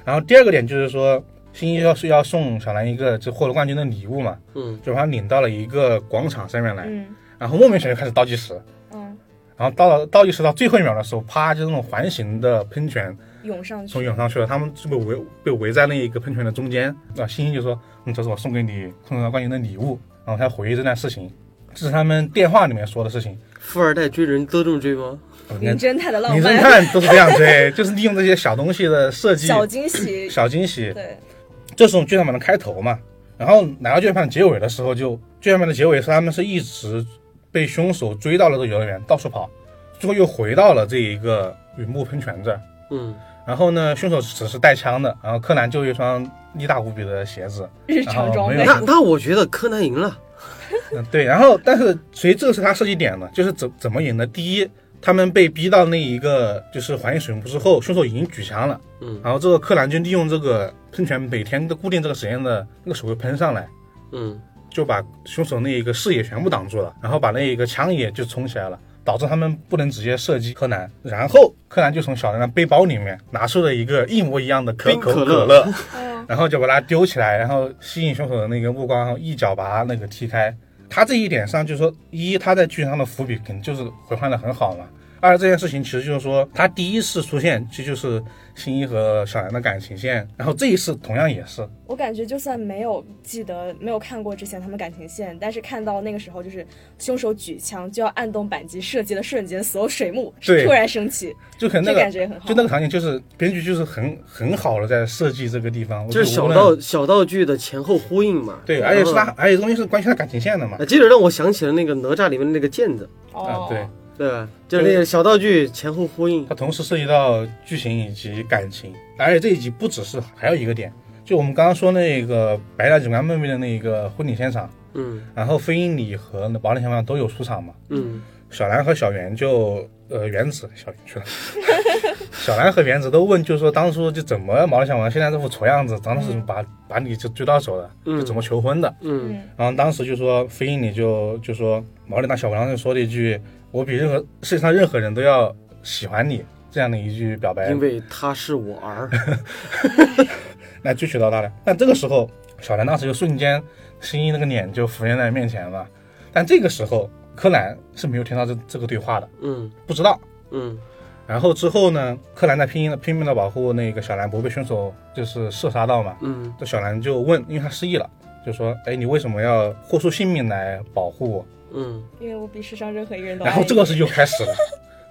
Speaker 4: 然后第二个点就是说，新一要是要送小兰一个就获得冠军的礼物嘛，
Speaker 1: 嗯
Speaker 4: 就把他领到了一个广场上面来，
Speaker 3: 嗯
Speaker 4: 然后莫名其妙就开始倒计时，
Speaker 3: 嗯，
Speaker 4: 然后到了倒计时到最后一秒的时候，啪，就那种环形的喷泉
Speaker 3: 涌上
Speaker 4: 从
Speaker 3: 去，
Speaker 4: 涌上去了，他们就被围被围在那一个喷泉的中间。啊，新一就说：“嗯，这是我送给你空手道冠军的礼物。”然后他回忆这段事情，这是他们电话里面说的事情。
Speaker 1: 富二代追人都这么追吗？
Speaker 4: 我
Speaker 3: 名
Speaker 4: 跟
Speaker 3: 侦探的浪
Speaker 4: 名
Speaker 3: 漫，
Speaker 4: 侦探都是这样对，就是利用这些小东西的设计、
Speaker 3: 小惊喜，
Speaker 4: 小惊喜，
Speaker 3: 对，
Speaker 4: 这是我们剧场版的开头嘛。然后来到剧场版结尾的时候就，剧场版的结尾是他们是一直被凶手追到了这个游乐园，到处跑，最后又回到了这一个云雾喷泉这儿。
Speaker 1: 嗯，
Speaker 4: 然后呢，凶手只是带枪的，然后柯南就有一双力大无比的鞋子。
Speaker 3: 日常装
Speaker 4: 然后没
Speaker 3: 备
Speaker 4: 有，
Speaker 1: 那那我觉得柯南赢了，
Speaker 4: 嗯，对。然后，但是所以这个是他设计点了，就是怎怎么赢的？第一，他们被逼到那一个就是环形水幕之后，凶手已经举枪了，
Speaker 1: 嗯
Speaker 4: 然后这个柯南就利用这个喷泉每天的固定这个时间的那个水会喷上来。
Speaker 1: 嗯
Speaker 4: 就把凶手那一个视野全部挡住了，然后把那一个枪也就冲起来了，导致他们不能直接射击柯南。然后柯南就从小兰的背包里面拿出了一个一模一样的可
Speaker 1: 冰
Speaker 4: 口
Speaker 1: 可
Speaker 4: 可
Speaker 1: 乐
Speaker 4: 乐，
Speaker 3: 嗯
Speaker 4: 然后就把它丢起来，然后吸引凶手的那个目光，然后一脚把他那个踢开。他这一点上，就是说，一他在剧场上的伏笔肯定就是回换的很好嘛。二这件事情其实就是说，他第一次出现，其实就是新一和小兰的感情线，然后这一次同样也是，
Speaker 3: 我感觉就算没有记得、没有看过之前他们感情线，但是看到那个时候就是凶手举枪就要按动扳机射击的瞬间，所有水幕
Speaker 4: 对
Speaker 3: 突然升起，
Speaker 4: 就可能那
Speaker 3: 这
Speaker 4: 个
Speaker 3: 感觉也嗯很好。
Speaker 4: 就那个场景，就是编剧就是很很好的在设计这个地方，
Speaker 1: 就是小
Speaker 4: 我觉得无
Speaker 1: 道
Speaker 4: 论
Speaker 1: 小道具的前后呼应嘛。
Speaker 4: 对，
Speaker 1: 然
Speaker 4: 而
Speaker 1: 后
Speaker 4: 且是他，而且中间是关系他感情线的嘛
Speaker 1: 啊，，这个让我想起了那个哪吒里面的那个毽子，
Speaker 4: 啊
Speaker 3: 哦，，
Speaker 4: 对，
Speaker 1: 对吧？就是那个小道具前后呼应
Speaker 4: 它。同时涉及到剧情以及感情，而且这一集不只是还有一个点，就我们刚刚说那个白大警官妹妹的那个婚礼现场，
Speaker 1: 嗯
Speaker 4: 然后飞鹰里和保利小曼都有出场嘛，
Speaker 1: 嗯
Speaker 4: 小兰和小圆就呃原子小圆去了，小兰和原子都问，就是说当初就怎么毛利小丸现在这副丑样子，当时怎么把把你就追到手的，就怎么求婚的。
Speaker 1: 嗯
Speaker 3: 嗯，
Speaker 4: 然后当时就说飞鹰里就就说毛利大小王就说了一句：“我比任何世界上任何人都要喜欢你。”这样的一句表白
Speaker 1: 因，为他是我儿。
Speaker 4: 那就娶到他了。但这个时候，小兰当时就瞬间新一那个脸就浮现在面前了。但这个时候，柯南是没有听到这这个对话的，
Speaker 1: 嗯
Speaker 4: 不知道。
Speaker 1: 嗯
Speaker 4: 然后之后呢，柯南在拼拼命的保护那个小兰不被凶手就是射杀到嘛。
Speaker 1: 嗯
Speaker 4: 这小兰就问，因为她失忆了，就说：“哎，你为什么要豁出性命来保护我？”
Speaker 1: 嗯，
Speaker 3: 因为我比世上任何一个人都爱
Speaker 4: 然
Speaker 3: 你。
Speaker 4: 后这个事就开始了，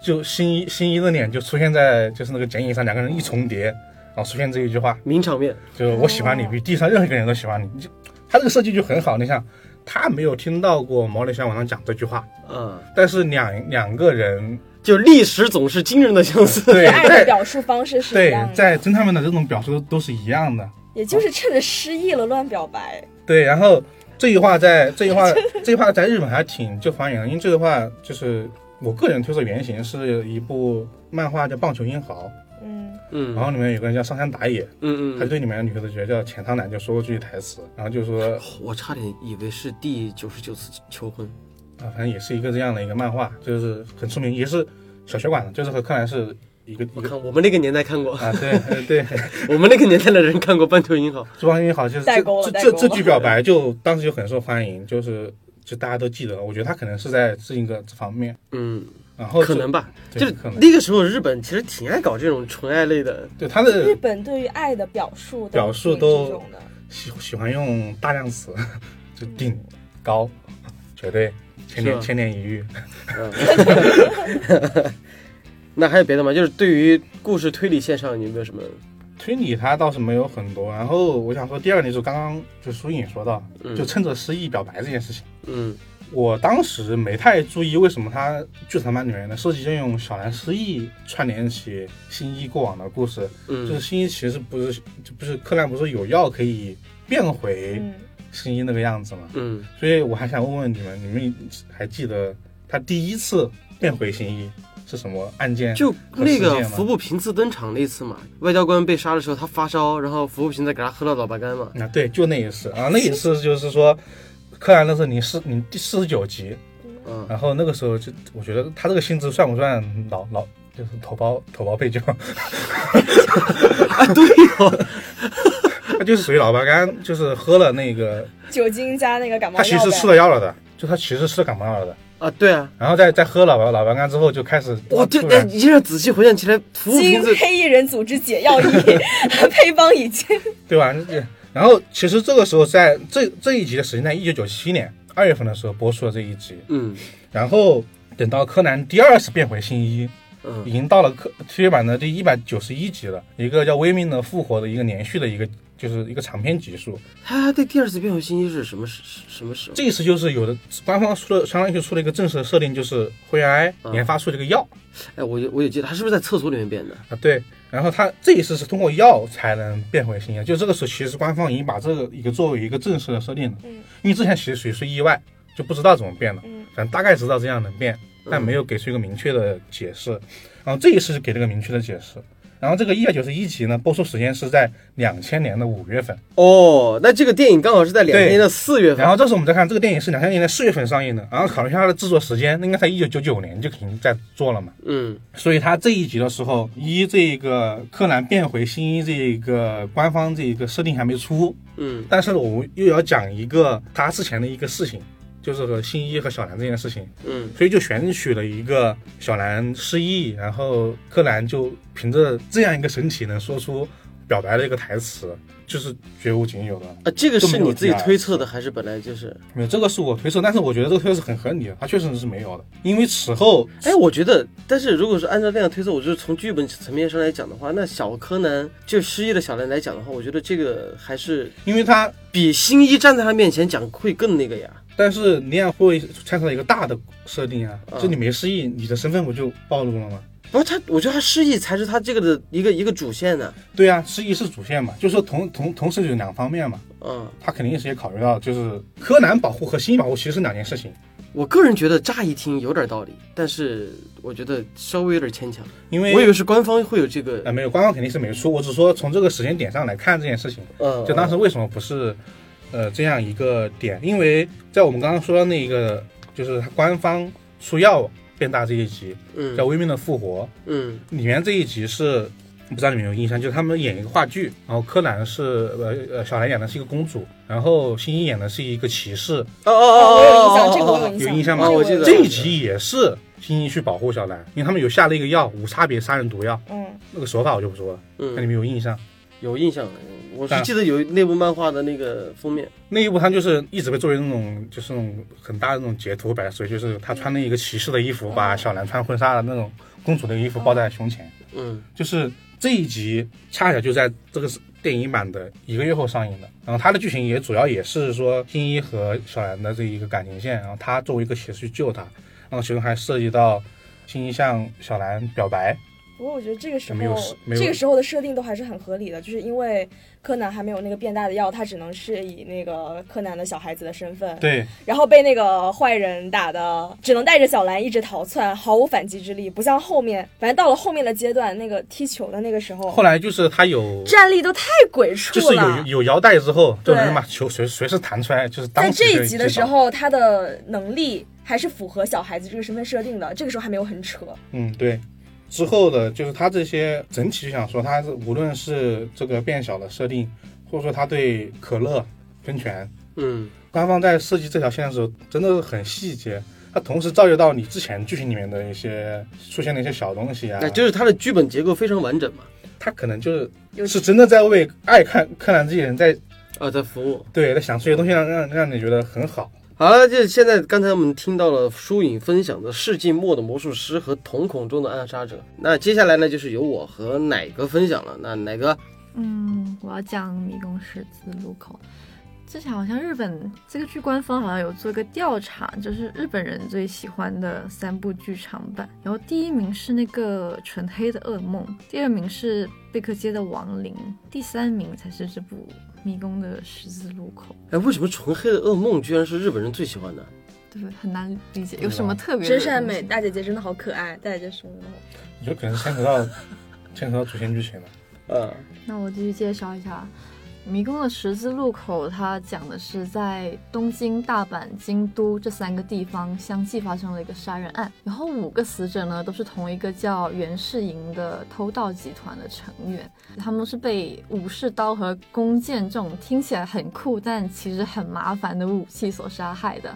Speaker 4: 就新一新一的脸就出现在就是那个剪影上，两个人一重叠，然后出现这一句话，
Speaker 1: 名场面。
Speaker 4: 就是我喜欢你，比地上任何一个人都喜欢你。你就他这个设计就很好，你想他没有听到过毛利小五郎讲这句话，
Speaker 1: 啊，
Speaker 4: 但是两两个人
Speaker 1: 就历史总是惊人的相似。
Speaker 4: 对，
Speaker 3: 爱的
Speaker 4: 在
Speaker 3: 表述方式是一
Speaker 4: 对
Speaker 3: 样的，
Speaker 4: 在侦探们的这种表述都都是一样的。
Speaker 3: 也就是趁着失忆了乱表白。
Speaker 4: 对，然后这句话在这句话这句话在日本还挺就还原的，因为这句话就是我个人推测原型是一部漫画叫《棒球英豪》，
Speaker 3: 嗯，
Speaker 1: 嗯，
Speaker 4: 然后里面有个人叫上山打野，
Speaker 1: 嗯
Speaker 4: 他
Speaker 1: 嗯
Speaker 4: 对里面的女主角叫浅仓乃就说过这句台词，然后就说
Speaker 1: 嗯，我差点以为是第九十九次求婚。
Speaker 4: 啊，反正也是一个这样的一个漫画，就是很出名，也是小学馆的，就是和柯南是一个一
Speaker 1: 我
Speaker 4: 个
Speaker 1: 看我们那个年代看过，
Speaker 4: 啊，对呃对，
Speaker 1: 我们那个年代的人看过《半球银行》。
Speaker 4: 朱光英好，就是
Speaker 3: 代沟了
Speaker 4: 这
Speaker 3: 代
Speaker 4: 这
Speaker 3: 沟
Speaker 4: 这
Speaker 3: 了
Speaker 4: 句表白就当时就很受欢迎，就是就大家都记得，我觉得他可能是在这一个这方面，
Speaker 1: 嗯，
Speaker 4: 然后就
Speaker 1: 可能吧。
Speaker 4: 对
Speaker 1: 就是
Speaker 4: 可能
Speaker 1: 那个时候，日本其实挺爱搞这种纯爱类的。
Speaker 4: 对他
Speaker 3: 日
Speaker 4: 的
Speaker 3: 本对于爱的表述都
Speaker 4: 表述
Speaker 3: 挺
Speaker 4: 都
Speaker 3: 这种的，
Speaker 4: 喜喜欢用大量词， 就顶高，绝对千年
Speaker 1: 是吧
Speaker 4: 千年一遇，
Speaker 1: 嗯，那还有别的吗？就是对于故事推理线上，你有没有什么？
Speaker 4: 推理他倒是没有很多，然后我想说第二点就是刚刚就苏颖说到，
Speaker 1: 嗯
Speaker 4: 就趁着失忆表白这件事情。
Speaker 1: 嗯
Speaker 4: 我当时没太注意为什么他剧场版里面的设计就用小兰失忆串联起新一过往的故事，就是
Speaker 1: 嗯
Speaker 4: 新一其实不是就不是柯南不是有药可以变回
Speaker 3: 嗯，
Speaker 4: 新一那个样子吗？
Speaker 1: 嗯，
Speaker 4: 所以我还想问问你们，你们还记得他第一次变回新一是什么案件？
Speaker 1: 就
Speaker 4: 和
Speaker 1: 那
Speaker 4: 世界
Speaker 1: 个
Speaker 4: 吗
Speaker 1: 服部平次登场那次嘛，外交官被杀的时候，他发烧，然后服部平次给他喝了老白干 嘛。
Speaker 4: 啊对，就那一次啊，那一次就是说柯南那是你是你第四十九集，
Speaker 1: 嗯，
Speaker 4: 然后那个时候就，我觉得他这个薪资算不算老老就是头孢头孢配酒，
Speaker 1: 啊对哦，
Speaker 4: 他就是属于老白干，就是喝了那个，
Speaker 3: 酒精加那个感冒
Speaker 4: 他
Speaker 3: 药
Speaker 4: 其实吃
Speaker 3: 呗
Speaker 4: 了药了的，就他其实吃了感冒药了的，
Speaker 1: 啊对啊，
Speaker 4: 然后再再喝老白老白干之后就开始
Speaker 1: 哇，这哎
Speaker 4: 突
Speaker 1: 那
Speaker 4: 然
Speaker 1: 一下仔细回想起来，服部平
Speaker 3: 经
Speaker 1: 次
Speaker 3: 黑衣人组织解药医， 配方已经
Speaker 4: 对吧？这然后其实这个时候在这这一集的时间在一九九七年二月份的时候播出了这一集，
Speaker 1: 嗯
Speaker 4: 然后等到柯南第二次变回新一，已
Speaker 1: 嗯
Speaker 4: 经到了科七月版的第一百九十一集了，一个叫《微命的复活》的一个连续的一个就是一个长篇集数。
Speaker 1: 他对第二次变回新一是什么时什么时候？
Speaker 4: 这一次就是有的官方出了，相当于出了一个正式的设定，就是灰原哀
Speaker 1: 嗯
Speaker 4: 研发出这个药、
Speaker 1: 哎，我有我有记得，他是不是在厕所里面变的？
Speaker 4: 啊，对。然后他这一次是通过药才能变回新一，就这个时候其实官方已经把这个一个作为一个正式的设定了，
Speaker 3: 嗯
Speaker 4: 因为之前其实属于是意外，就不知道怎么变的，
Speaker 3: 嗯
Speaker 4: 反正大概知道这样能变，但没有给出一个明确的解释。然后这一次就给了个明确的解释。然后这个一百九十一集呢，播出时间是在两千年的五月份。
Speaker 1: 哦，那这个电影刚好是在两千
Speaker 4: 对
Speaker 1: 年的四月份
Speaker 4: 然。后这时候我们再看这个电影是两千年的四月份上映的，然后考虑一下它的制作时间，那应该在一九九九年就已经在做了嘛。
Speaker 1: 嗯
Speaker 4: 所以他这一集的时候，一这个柯南变回新一这一个官方这一个设定还没出，
Speaker 1: 嗯
Speaker 4: 但是我们又要讲一个他之前的一个事情，就是和新一和小兰这件事情，
Speaker 1: 嗯
Speaker 4: 所以就选取了一个小兰失忆，然后柯南就凭着这样一个神奇能说出表白的一个台词，就是绝无仅有的。
Speaker 1: 啊，这个
Speaker 4: 都
Speaker 1: 是
Speaker 4: 没有
Speaker 1: 你自己
Speaker 4: 第二
Speaker 1: 推测的，还是本来就是？
Speaker 4: 没有，这个是我推测，但是我觉得这个推测是很合理的，他确实是没有的，因为此后
Speaker 1: 哎，我觉得，但是如果是按照那样推测，我就是从剧本层面上来讲的话，那小柯南就失忆的小兰来讲的话，我觉得这个还是
Speaker 4: 因为他
Speaker 1: 比新一站在他面前讲会更那个呀。
Speaker 4: 但是你也会参考一个大的设定啊，
Speaker 1: 嗯
Speaker 4: 就你没失忆，你的身份不就暴露了吗？
Speaker 1: 不是他，我觉得他失忆才是他这个的一个一个主线呢、
Speaker 4: 对啊，失忆是主线嘛，就是说同同同时有两方面嘛，
Speaker 1: 嗯，
Speaker 4: 他肯定是也考虑到，就是柯南保护和新一保护其实是两件事情，
Speaker 1: 我个人觉得乍一听有点道理，但是我觉得稍微有点牵强。
Speaker 4: 因
Speaker 1: 我以
Speaker 4: 为
Speaker 1: 为是官方会有这个，
Speaker 4: 呃没有官方肯定是没出，我只说从这个时间点上来看这件事情，
Speaker 1: 呃，
Speaker 4: 就当时为什么不是呃这样一个点，因为在我们刚刚说到那个就是他官方出药变大这一集
Speaker 1: 嗯
Speaker 4: 叫《微命的复活》，
Speaker 1: 嗯
Speaker 4: 里面这一集是不知道你们有没有印象，就是他们演一个话剧，然后柯南是呃呃小兰演的是一个公主，然后新一演的是一个骑士，
Speaker 1: 哦哦
Speaker 3: 哦我有
Speaker 1: 哦
Speaker 3: 印
Speaker 1: 哦
Speaker 3: 象，这个我有
Speaker 1: 哦
Speaker 3: 印
Speaker 4: 有
Speaker 3: 象，
Speaker 4: 印象吗
Speaker 3: 这个
Speaker 1: 哦我记得
Speaker 4: 这一集也是新一去保护小兰，因为他们有下了一个药，无差别杀人毒药，
Speaker 3: 嗯，
Speaker 4: 那个手法我就不说了，看
Speaker 1: 嗯，
Speaker 4: 你们有印象。
Speaker 1: 有印象，我是
Speaker 4: 但
Speaker 1: 记得有那部漫画的那个封面。
Speaker 4: 那一部他就是一直被作为那种就是那种很大的那种截图摆，所以就是他穿了一个骑士的衣服，把小兰穿婚纱的那种公主的衣服抱在胸前，
Speaker 1: 嗯
Speaker 4: 就是这一集恰巧就在这个电影版的一个月后上映的。然后它的剧情也主要也是说新一和小兰的这一个感情线，然后他作为一个骑士去救她，然后其中还涉及到新一向小兰表白，
Speaker 3: 不过我觉得这个时候
Speaker 4: 没有事没有
Speaker 3: 这个时候的设定都还是很合理的，就是因为柯南还没有那个变大的药，他只能是以那个柯南的小孩子的身份，
Speaker 4: 对，
Speaker 3: 然后被那个坏人打的，只能带着小兰一直逃窜，毫无反击之力。不像后面，反正到了后面的阶段，那个踢球的那个时候，
Speaker 4: 后来就是他有。
Speaker 3: 战力都太鬼畜
Speaker 4: 就
Speaker 3: 了。
Speaker 4: 是有有腰带之后，
Speaker 3: 对
Speaker 4: 就能把球随随时弹出来，就是当
Speaker 3: 在
Speaker 4: 时
Speaker 3: 这
Speaker 4: 就
Speaker 3: 一集的
Speaker 4: 知
Speaker 3: 时
Speaker 4: 道，
Speaker 3: 候，他的能力还是符合小孩子这个身份设定的，这个时候还没有很扯。
Speaker 4: 嗯，对。之后的就是他这些整体就想说，他是无论是这个变小的设定，或者说他对可乐、喷泉，
Speaker 1: 嗯，
Speaker 4: 官方在设计这条线的时候，真的是很细节。它同时照顾到你之前剧情里面的一些出现的一些小东西啊，
Speaker 1: 哎，就是它的剧本结构非常完整嘛，
Speaker 4: 他可能就是
Speaker 3: 有
Speaker 4: 是真的在为爱看柯南这些人在
Speaker 1: 啊，在服务。
Speaker 4: 对在想出一些东西让让让你觉得很好。
Speaker 1: 好了，就是现在刚才我们听到了疏影分享的《世纪末的魔术师》和《瞳孔中的暗杀者》，那接下来呢，就是由我和奶哥分享了。那奶哥，
Speaker 2: 嗯，我要讲《迷宫十字路口》。之前好像日本这个剧官方好像有做一个调查，就是日本人最喜欢的三部剧场版，然后第一名是那个《纯黑的噩梦》，第二名是《贝克街的亡灵》，第三名才是这部《迷宫的十字路口
Speaker 1: 哎，为什么纯黑的噩梦居然是日本人最喜欢的？》，
Speaker 2: 对不对？很难理解有什么 特别的
Speaker 3: 真善美
Speaker 2: 东西
Speaker 3: 大姐姐真的好可爱，大姐姐说的。
Speaker 4: 你就可能牵扯到 牵扯到主线剧情了。
Speaker 1: 呃，
Speaker 2: 那我继续介绍一下《迷宫的十字路口》，它讲的是在东京、大阪、京都这三个地方相继发生了一个杀人案，然后五个死者呢都是同一个叫源氏营的偷盗集团的成员，他们是被武士刀和弓箭这种听起来很酷但其实很麻烦的武器所杀害的。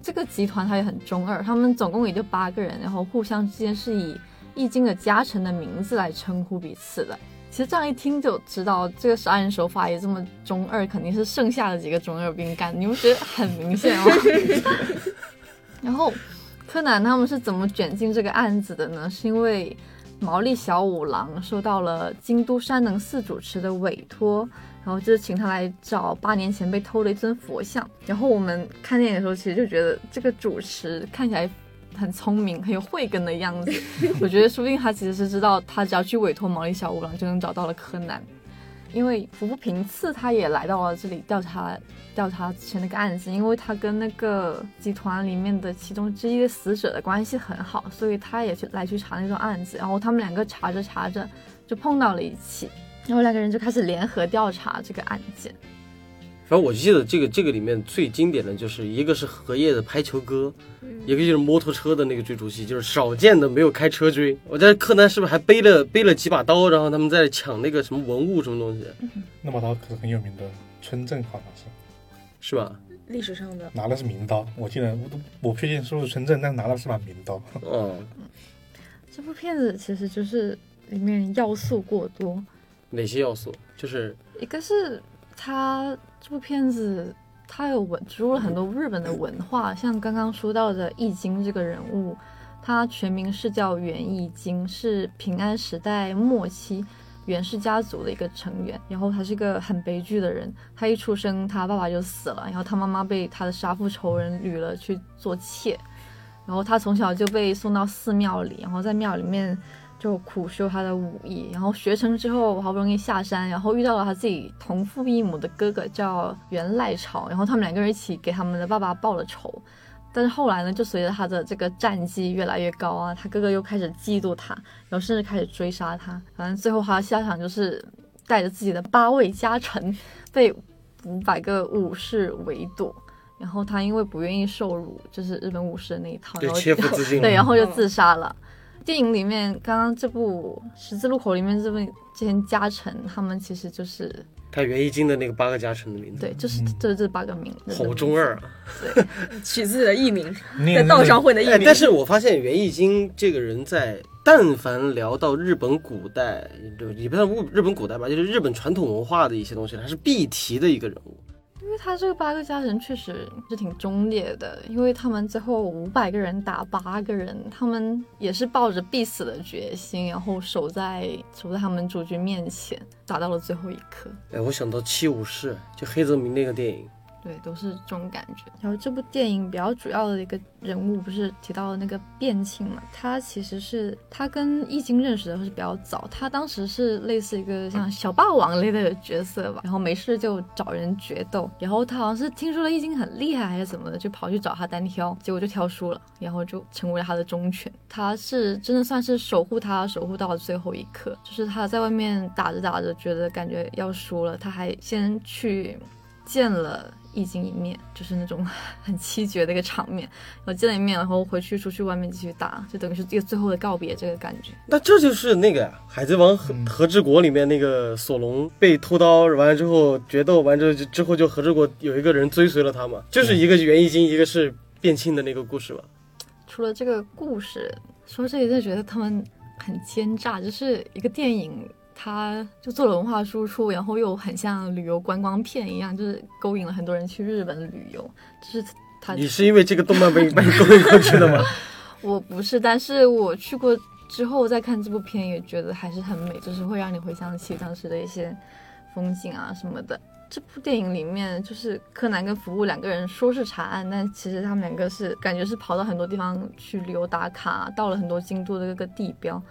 Speaker 2: 这个集团它也很中二，他们总共也就八个人，然后互相之间是以易经的家臣的名字来称呼彼此的。其实这样一听就知道，这个杀人手法也这么中二，肯定是剩下的几个中二病干，你们觉得很明显哦吗？ 然后，柯南他们是怎么卷进这个案子的呢？是因为毛利小五郎受到了京都山能寺主持的委托，然后就是请他来找八年前被偷的一尊佛像。然后我们看电影的时候，其实就觉得这个主持看起来很聪明、很有慧根的样子。我觉得说不定他其实是知道，他只要去委托毛利小五郎，就能找到了柯南。因为服部平次他也来到了这里调查调查之前那个案子，因为他跟那个集团里面的其中之一的死者的关系很好，所以他也去来去查那桩案子。然后他们两个查着查着就碰到了一起，然后两个人就开始联合调查这个案件。
Speaker 1: 反正我记得这个这个里面最经典的就是一个是荷叶的排球哥，
Speaker 2: 嗯
Speaker 1: 一个就是摩托车的那个追逐戏，就是少见的没有开车追。我在柯南是不是还背了背了几把刀，然后他们在抢那个什么文物什么东西，
Speaker 4: 那把刀可是很有名的，村正好像是
Speaker 1: 是吧？
Speaker 3: 历史上的
Speaker 4: 拿的是名刀，我记得我都我不确定是不是村正，但拿的是把名刀。
Speaker 1: 哦，
Speaker 2: 这部片子其实就是里面要素过多，
Speaker 1: 哪些要素？就是
Speaker 2: 一个是它这部片子，它有文植入了很多日本的文化，像刚刚说到的易经这个人物，他全名是叫源义经，是平安时代末期源氏家族的一个成员。然后他是个很悲剧的人，他一出生他爸爸就死了，然后他妈妈被他的杀父仇人掳了去做妾，然后他从小就被送到寺庙里，然后在庙里面就苦修他的武艺，然后学成之后好不容易下山，然后遇到了他自己同父异母的哥哥叫源赖朝，然后他们两个人一起给他们的爸爸报了仇。但是后来呢，就随着他的这个战绩越来越高啊，他哥哥又开始嫉妒他，然后甚至开始追杀他。反正最后他的下场就是带着自己的八位家臣被五百个武士围堵，然后他因为不愿意受辱，就是日本武士的那一套，
Speaker 1: 就
Speaker 2: 然后
Speaker 1: 切腹自尽了。
Speaker 2: 对，然后就自杀了。电影里面，刚刚这部《十字路口》里面这部这些家臣，他们其实就是
Speaker 1: 他袁一金的那个八个家臣的名字，
Speaker 2: 对，就是这这八个名字，
Speaker 1: 好中二啊！
Speaker 3: 取自己的艺名，
Speaker 4: 念
Speaker 3: 在道上混的艺
Speaker 1: 哎，
Speaker 3: 名。
Speaker 1: 但是我发现袁一金这个人在，但凡聊到日本古代，就也不算日日本古代吧，就是日本传统文化的一些东西，他是必提的一个人物。
Speaker 2: 因为他这个八个家人确实是挺忠烈的，因为他们最后五百个人打八个人，他们也是抱着必死的决心，然后守在守在他们主角面前，打到了最后一刻。
Speaker 1: 哎，我想到七武士，就黑泽明那个电影，
Speaker 2: 对，都是这种感觉。然后这部电影比较主要的一个人物不是提到了那个卞庆嘛，他其实是他跟易经认识的是比较早，他当时是类似一个像小霸王类的角色吧，然后没事就找人决斗，然后他好像是听说了易经很厉害还是怎么的，就跑去找他单挑，结果就挑输了，然后就成为了他的忠犬。他是真的算是守护他，守护到了最后一刻，就是他在外面打着打着，觉得感觉要输了，他还先去。见了易经一面，就是那种 很凄绝的一个场面。然后见了一面，然后回去出去外面继续打，就等于是一个最后的告别这个感觉。
Speaker 1: 那这就是那个呀《海贼王》和《和之国》里面那个索隆被偷刀，完了之后决斗，完之后之后就和之国有一个人追随了他嘛，就是一个袁义经，一个是变庆的那个故事吧。
Speaker 2: 除了这个故事，说这里就觉得他们很奸诈，就是一个电影。它就做了文化输出，然后又很像旅游观光片一样，就是勾引了很多人去日本旅游。就是它
Speaker 1: 你是因为这个动漫被被勾引过去的吗？
Speaker 2: 我不是，但是我去过之后再看这部片，也觉得还是很美，就是会让你回想起当时的一些风景啊什么的。这部电影里面，就是柯南跟服务两个人说是查案，但其实他们两个是感觉是跑到很多地方去旅游打卡，到了很多京都的各个地标，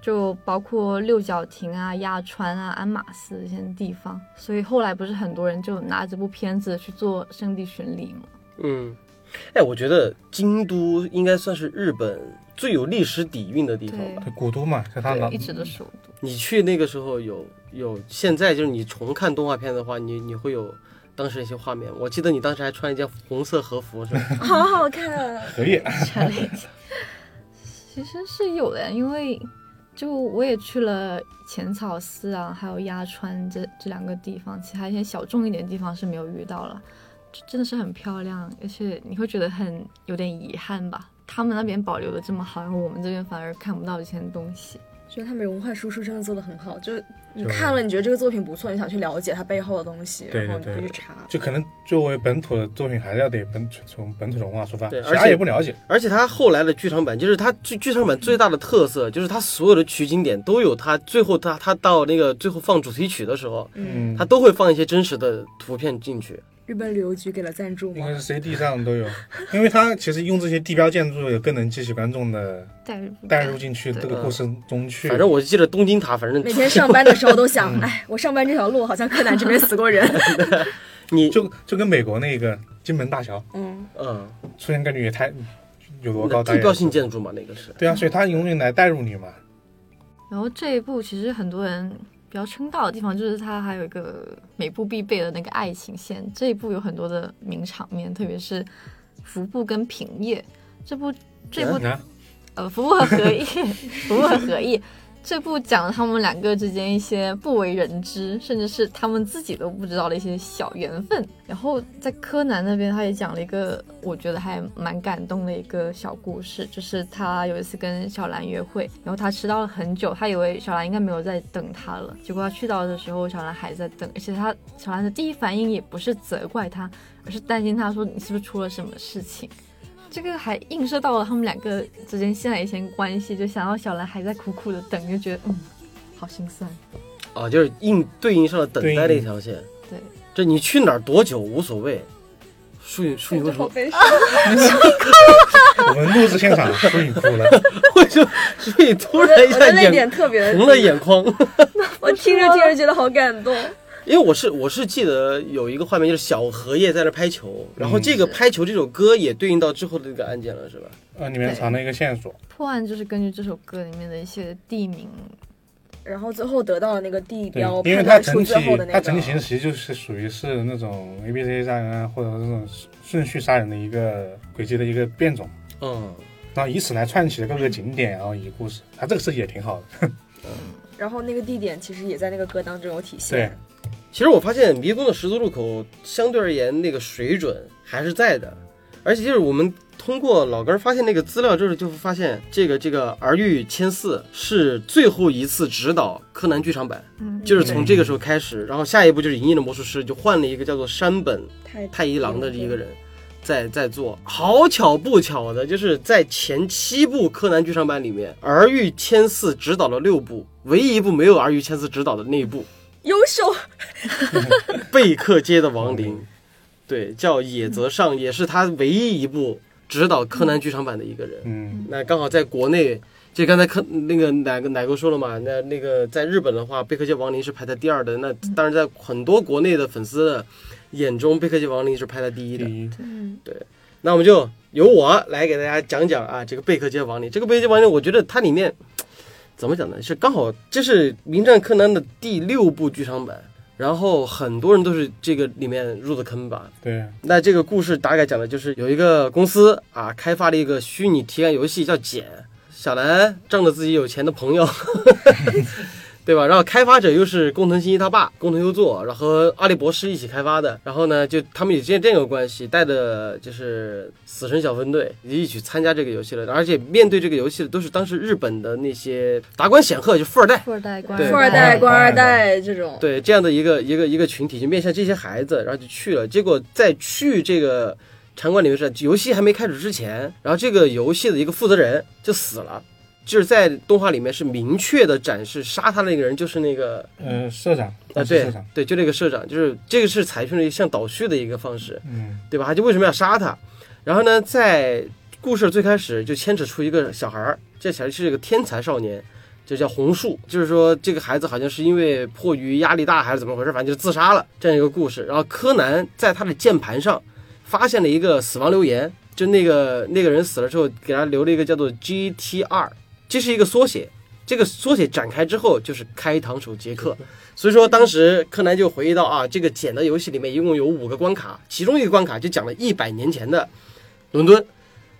Speaker 2: 就包括六角亭啊、鸭川啊、鞍马寺这些地方。所以后来不是很多人就拿这部片子去做圣地巡礼吗？
Speaker 1: 嗯，哎，我觉得京都应该算是日本最有历史底蕴的地方吧。
Speaker 4: 对，古都嘛，是他老
Speaker 2: 对，一直的首都。
Speaker 1: 你去那个时候有有，现在就是你重看动画片的话，你你会有当时一些画面。我记得你当时还穿一件红色和服是吧？
Speaker 3: 好好看。啊
Speaker 4: 可以。
Speaker 2: 查了一下，其实是有的，因为就我也去了浅草寺啊，还有鸭川这这两个地方，其他一些小众一点的地方是没有遇到了，就真的是很漂亮，而且你会觉得很有点遗憾吧。他们那边保留的这么好，然后我们这边反而看不到以前的东西。
Speaker 3: 觉得他们文化输出真的做的很好，就是你看了，你觉得这个作品不错，你想去了解它背后的东西，
Speaker 4: 对
Speaker 3: 然后你
Speaker 4: 对
Speaker 3: 会
Speaker 4: 对嗯
Speaker 3: 去查。
Speaker 4: 就可能作为本土的作品，还是要得本从本土的文化出发，
Speaker 1: 对而
Speaker 4: 啥
Speaker 1: 且
Speaker 4: 也不了解。
Speaker 1: 而且它后来的剧场版，就是它剧剧场版最大的特色，就是它所有的取景点都有它最后它它到那个最后放主题曲的时候，
Speaker 3: 嗯，
Speaker 4: 嗯
Speaker 1: 它，都会放一些真实的图片进去。
Speaker 3: 日本旅游局给了赞助
Speaker 4: 应
Speaker 3: 吗
Speaker 4: 该？是 CD 上都有，因为它其实用这些地标建筑，也更能激起观众的
Speaker 2: 代入感
Speaker 4: 带入进去这个故事中去。
Speaker 1: 嗯反正我记得东京塔，反正
Speaker 3: 每天上班的时候都想，哎，我上班这条路好像柯南这边死过人。
Speaker 1: 你
Speaker 4: 就就跟美国那个金门大桥
Speaker 3: 嗯，
Speaker 1: 嗯，
Speaker 4: 出现概率也太有多
Speaker 1: 那
Speaker 4: 高？
Speaker 1: 地标性
Speaker 4: 大家也
Speaker 1: 建筑嘛，那个是。
Speaker 4: 对啊，所以它用来带入你嘛。
Speaker 2: 然后这一部其实很多人比较称道的地方，就是它还有一个每部必备的那个爱情线。这一部有很多的名场面，特别是服部跟平叶这部这部
Speaker 4: 你看，
Speaker 2: 呃服部和和叶， 服部和和叶这部讲了他们两个之间一些不为人知，甚至是他们自己都不知道的一些小缘分。然后在柯南那边，他也讲了一个我觉得还蛮感动的一个小故事，就是他有一次跟小兰约会，然后他迟到了很久，他以为小兰应该没有在等他了，结果他去到的时候，小兰还在等，而且他小兰的第一反应也不是责怪他，而是担心他说你是不是出了什么事情。这个还映射到了他们两个之间现在一些关系，就想到小兰还在苦苦的等，就觉得嗯，好心酸。
Speaker 1: 啊，就是应对应上了等待
Speaker 4: 对
Speaker 1: 那
Speaker 4: 应
Speaker 1: 条线。
Speaker 2: 对，
Speaker 1: 这你去哪儿多久无所谓。淑女，淑女为什么？
Speaker 3: 悲伤。
Speaker 4: 我们录制现场 输你哭了，
Speaker 1: 为什么？淑女突
Speaker 3: 我
Speaker 1: 然一
Speaker 3: 的
Speaker 1: 下
Speaker 3: 泪点
Speaker 1: 眼
Speaker 3: 特别
Speaker 1: 红了眼眶，
Speaker 3: 我听着听着觉得好感动。
Speaker 1: 因为我是我是记得有一个画面，就是小荷叶在那拍球，然后
Speaker 4: 嗯
Speaker 1: 这个拍球这首歌也对应到之后的这个案件了，是吧？
Speaker 4: 呃，里面藏了一个线索，
Speaker 2: 破案就是根据这首歌里面的一些地名，
Speaker 3: 然后最后得到了那个地
Speaker 4: 对
Speaker 3: 标，，
Speaker 4: 因为
Speaker 3: 判
Speaker 4: 它
Speaker 3: 断出
Speaker 4: 整体
Speaker 3: 最后的那
Speaker 4: 它
Speaker 3: 个。
Speaker 4: 整体形式其实就是属于是那种 A B C 杀人啊，或者这种顺序杀人的一个轨迹的一个变种。
Speaker 1: 嗯，
Speaker 4: 然后以此来串起了各个景点，然后以故事，它这个设计也挺好的。
Speaker 3: 然后那个地点其实也在那个歌当中有体
Speaker 4: 对嗯
Speaker 3: 现。，
Speaker 1: 其实我发现《迷宫的十字路口》相对而言那个水准还是在的，而且就是我们通过老根儿发现那个资料之后，就会发现这个这个儿玉千四是最后一次执导柯南剧场版，
Speaker 2: 嗯，
Speaker 1: 就是从这个时候开始，然后下一步就是《银翼的魔术师》，就换了一个叫做山本
Speaker 3: 太
Speaker 1: 太一郎的一个人在在做。好巧不巧的，就是在前七部柯南剧场版里面，儿玉千四执导了六部，唯一一部没有儿玉千四执导的那一部
Speaker 3: 优秀，
Speaker 1: 《贝克街的亡灵》。对，叫野泽尚，也是他唯一一部指导柯南剧场版的一个人。
Speaker 4: 嗯，
Speaker 1: 那刚好在国内，就刚才柯那个奶哥奶哥说了嘛，那那个在日本的话，《贝克街亡灵》是排在第二的，那当然在很多国内的粉丝的眼中，《贝克街亡灵》是排在第一
Speaker 4: 第
Speaker 1: 的。
Speaker 4: 一，
Speaker 3: 嗯，
Speaker 1: 那我们就由我来给大家讲讲啊，这个《贝克街亡灵》。这个《贝克街亡灵》，我觉得它里面怎么讲呢？是刚好这是《名侦探柯南》的第六部剧场版，然后很多人都是这个里面入的坑吧。
Speaker 4: 对，
Speaker 1: 那这个故事大概讲的就是有一个公司啊，开发了一个虚拟体感游戏叫《简》，小兰仗着自己有钱的朋友，对吧？然后开发者又是工藤新一他爸工藤优作，然后和阿笠博士一起开发的。然后呢，就他们有这这样一个关系，带着就是死神小分队一起参加这个游戏了。而且面对这个游戏的都是当时日本的那些达官显赫，就富二代。
Speaker 2: 富二代官
Speaker 1: 对
Speaker 3: 富二代、
Speaker 4: 官
Speaker 3: 官
Speaker 4: 二
Speaker 3: 二
Speaker 4: 代
Speaker 3: 代这种，
Speaker 1: 对这样的一个一个一个群体，就面向这些孩子，然后就去了。结果在去这个场馆里面是游戏还没开始之前，然后这个游戏的一个负责人就死了，就是在动画里面是明确的展示杀他那个人就是那个
Speaker 4: 呃，社长
Speaker 1: 啊，
Speaker 4: 他是
Speaker 1: 对
Speaker 4: 社长，
Speaker 1: 对，就那个社长，就是这个是采用了一个像导叙的一个方式，
Speaker 4: 嗯，
Speaker 1: 对吧？他就为什么要杀他？然后呢，在故事最开始就牵扯出一个小孩儿，这小孩是一个天才少年，就叫红树。就是说，这个孩子好像是因为迫于压力大还是怎么回事，反正就自杀了这样一个故事。然后柯南在他的键盘上发现了一个死亡留言，就那个那个人死了之后，给他留了一个叫做 GTR，这是一个缩写。这个缩写展开之后就是开膛手杰克，所以说当时柯南就回忆到啊，这个简的游戏里面一共有五个关卡，其中一个关卡就讲了一百年前的伦敦，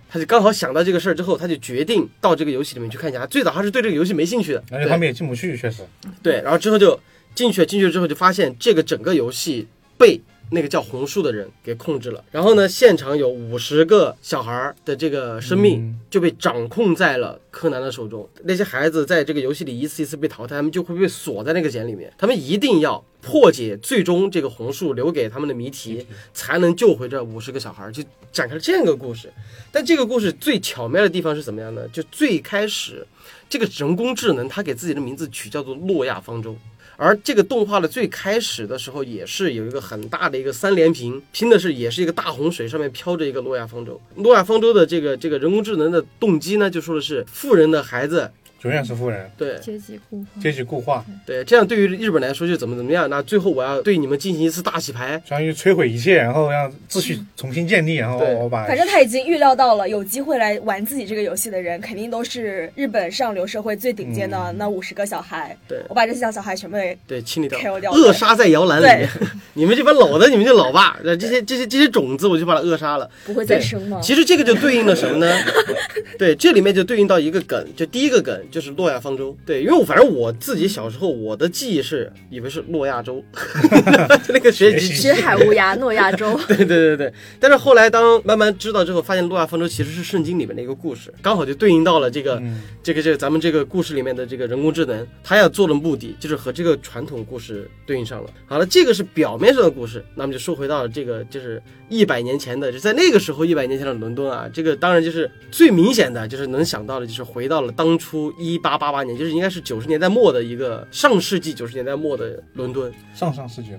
Speaker 1: 他就刚好想到这个事儿之后，他就决定到这个游戏里面去看一下。他最早他是对这个游戏没兴趣的，
Speaker 4: 而且他
Speaker 1: 对
Speaker 4: 们也进不去，确实，
Speaker 1: 对，然后之后就进去，进去之后就发现这个整个游戏被那个叫红树的人给控制了。然后呢，现场有五十个小孩儿的这个生命
Speaker 4: 嗯
Speaker 1: 就被掌控在了柯南的手中。那些孩子在这个游戏里一次一次被淘汰，他们就会被锁在那个茧里面。他们一定要破解最终这个红树留给他们的谜题，才能救回这五十个小孩儿。就展开了这样一个故事。但这个故事最巧妙的地方是怎么样呢？就最开始，这个人工智能它给自己的名字取叫做诺亚方舟。而这个动画的最开始的时候，也是有一个很大的一个三连屏，拼的是也是一个大洪水，上面飘着一个诺亚方舟。诺亚方舟的这个这个人工智能的动机呢，就说的是富人的孩子，
Speaker 4: 永远是富人，
Speaker 3: 嗯
Speaker 1: 对
Speaker 2: 阶级固化。
Speaker 4: 阶级固化，
Speaker 1: 对，这样对于日本来说就怎么怎么样。那最后我要对你们进行一次大洗牌，
Speaker 4: 相当于摧毁一切，然后让秩序重新建立，然后
Speaker 1: 对
Speaker 4: 我把
Speaker 3: 嗯反正他已经预料到了，有机会来玩自己这个游戏的人，肯定都是日本上流社会最顶尖的
Speaker 4: 嗯
Speaker 3: 那五十个小孩。
Speaker 1: 对
Speaker 3: 我把这些小小孩全部给
Speaker 1: 对，清理掉
Speaker 3: KO，掉
Speaker 1: 扼杀在摇篮里面。 你们这帮老的，你们就老爸，那这些这些这些种子，我就把它扼杀了。
Speaker 3: 不 会再
Speaker 1: 对
Speaker 3: 生吗？
Speaker 1: 其实这个就对应了什么呢？ 对，这里面就对应到一个梗，就第一个梗就是诺亚方舟。对，因为我反正我自己小时候我的记忆是以为是诺亚舟， 就那个学习机
Speaker 4: 学。
Speaker 3: 海无涯，诺亚 舟。
Speaker 1: 对对对对，但是后来当慢慢知道之后，发现诺亚方舟其实是圣经里面的一个故事，刚好就对应到了这个、
Speaker 4: 嗯
Speaker 1: 这个这个咱们这个故事里面的这个人工智能，它要做的目的就是和这个传统故事对应上了。好了，这个是表面上的故事，那么就说回到这个就是一百年前的，就在那个时候一百年前的伦敦啊，这个当然就是最明显的就是能想到的就是回到了当初一八八八年，就是应该是九十年代末的一个上世纪九十年代末的伦敦
Speaker 4: 上上世纪了，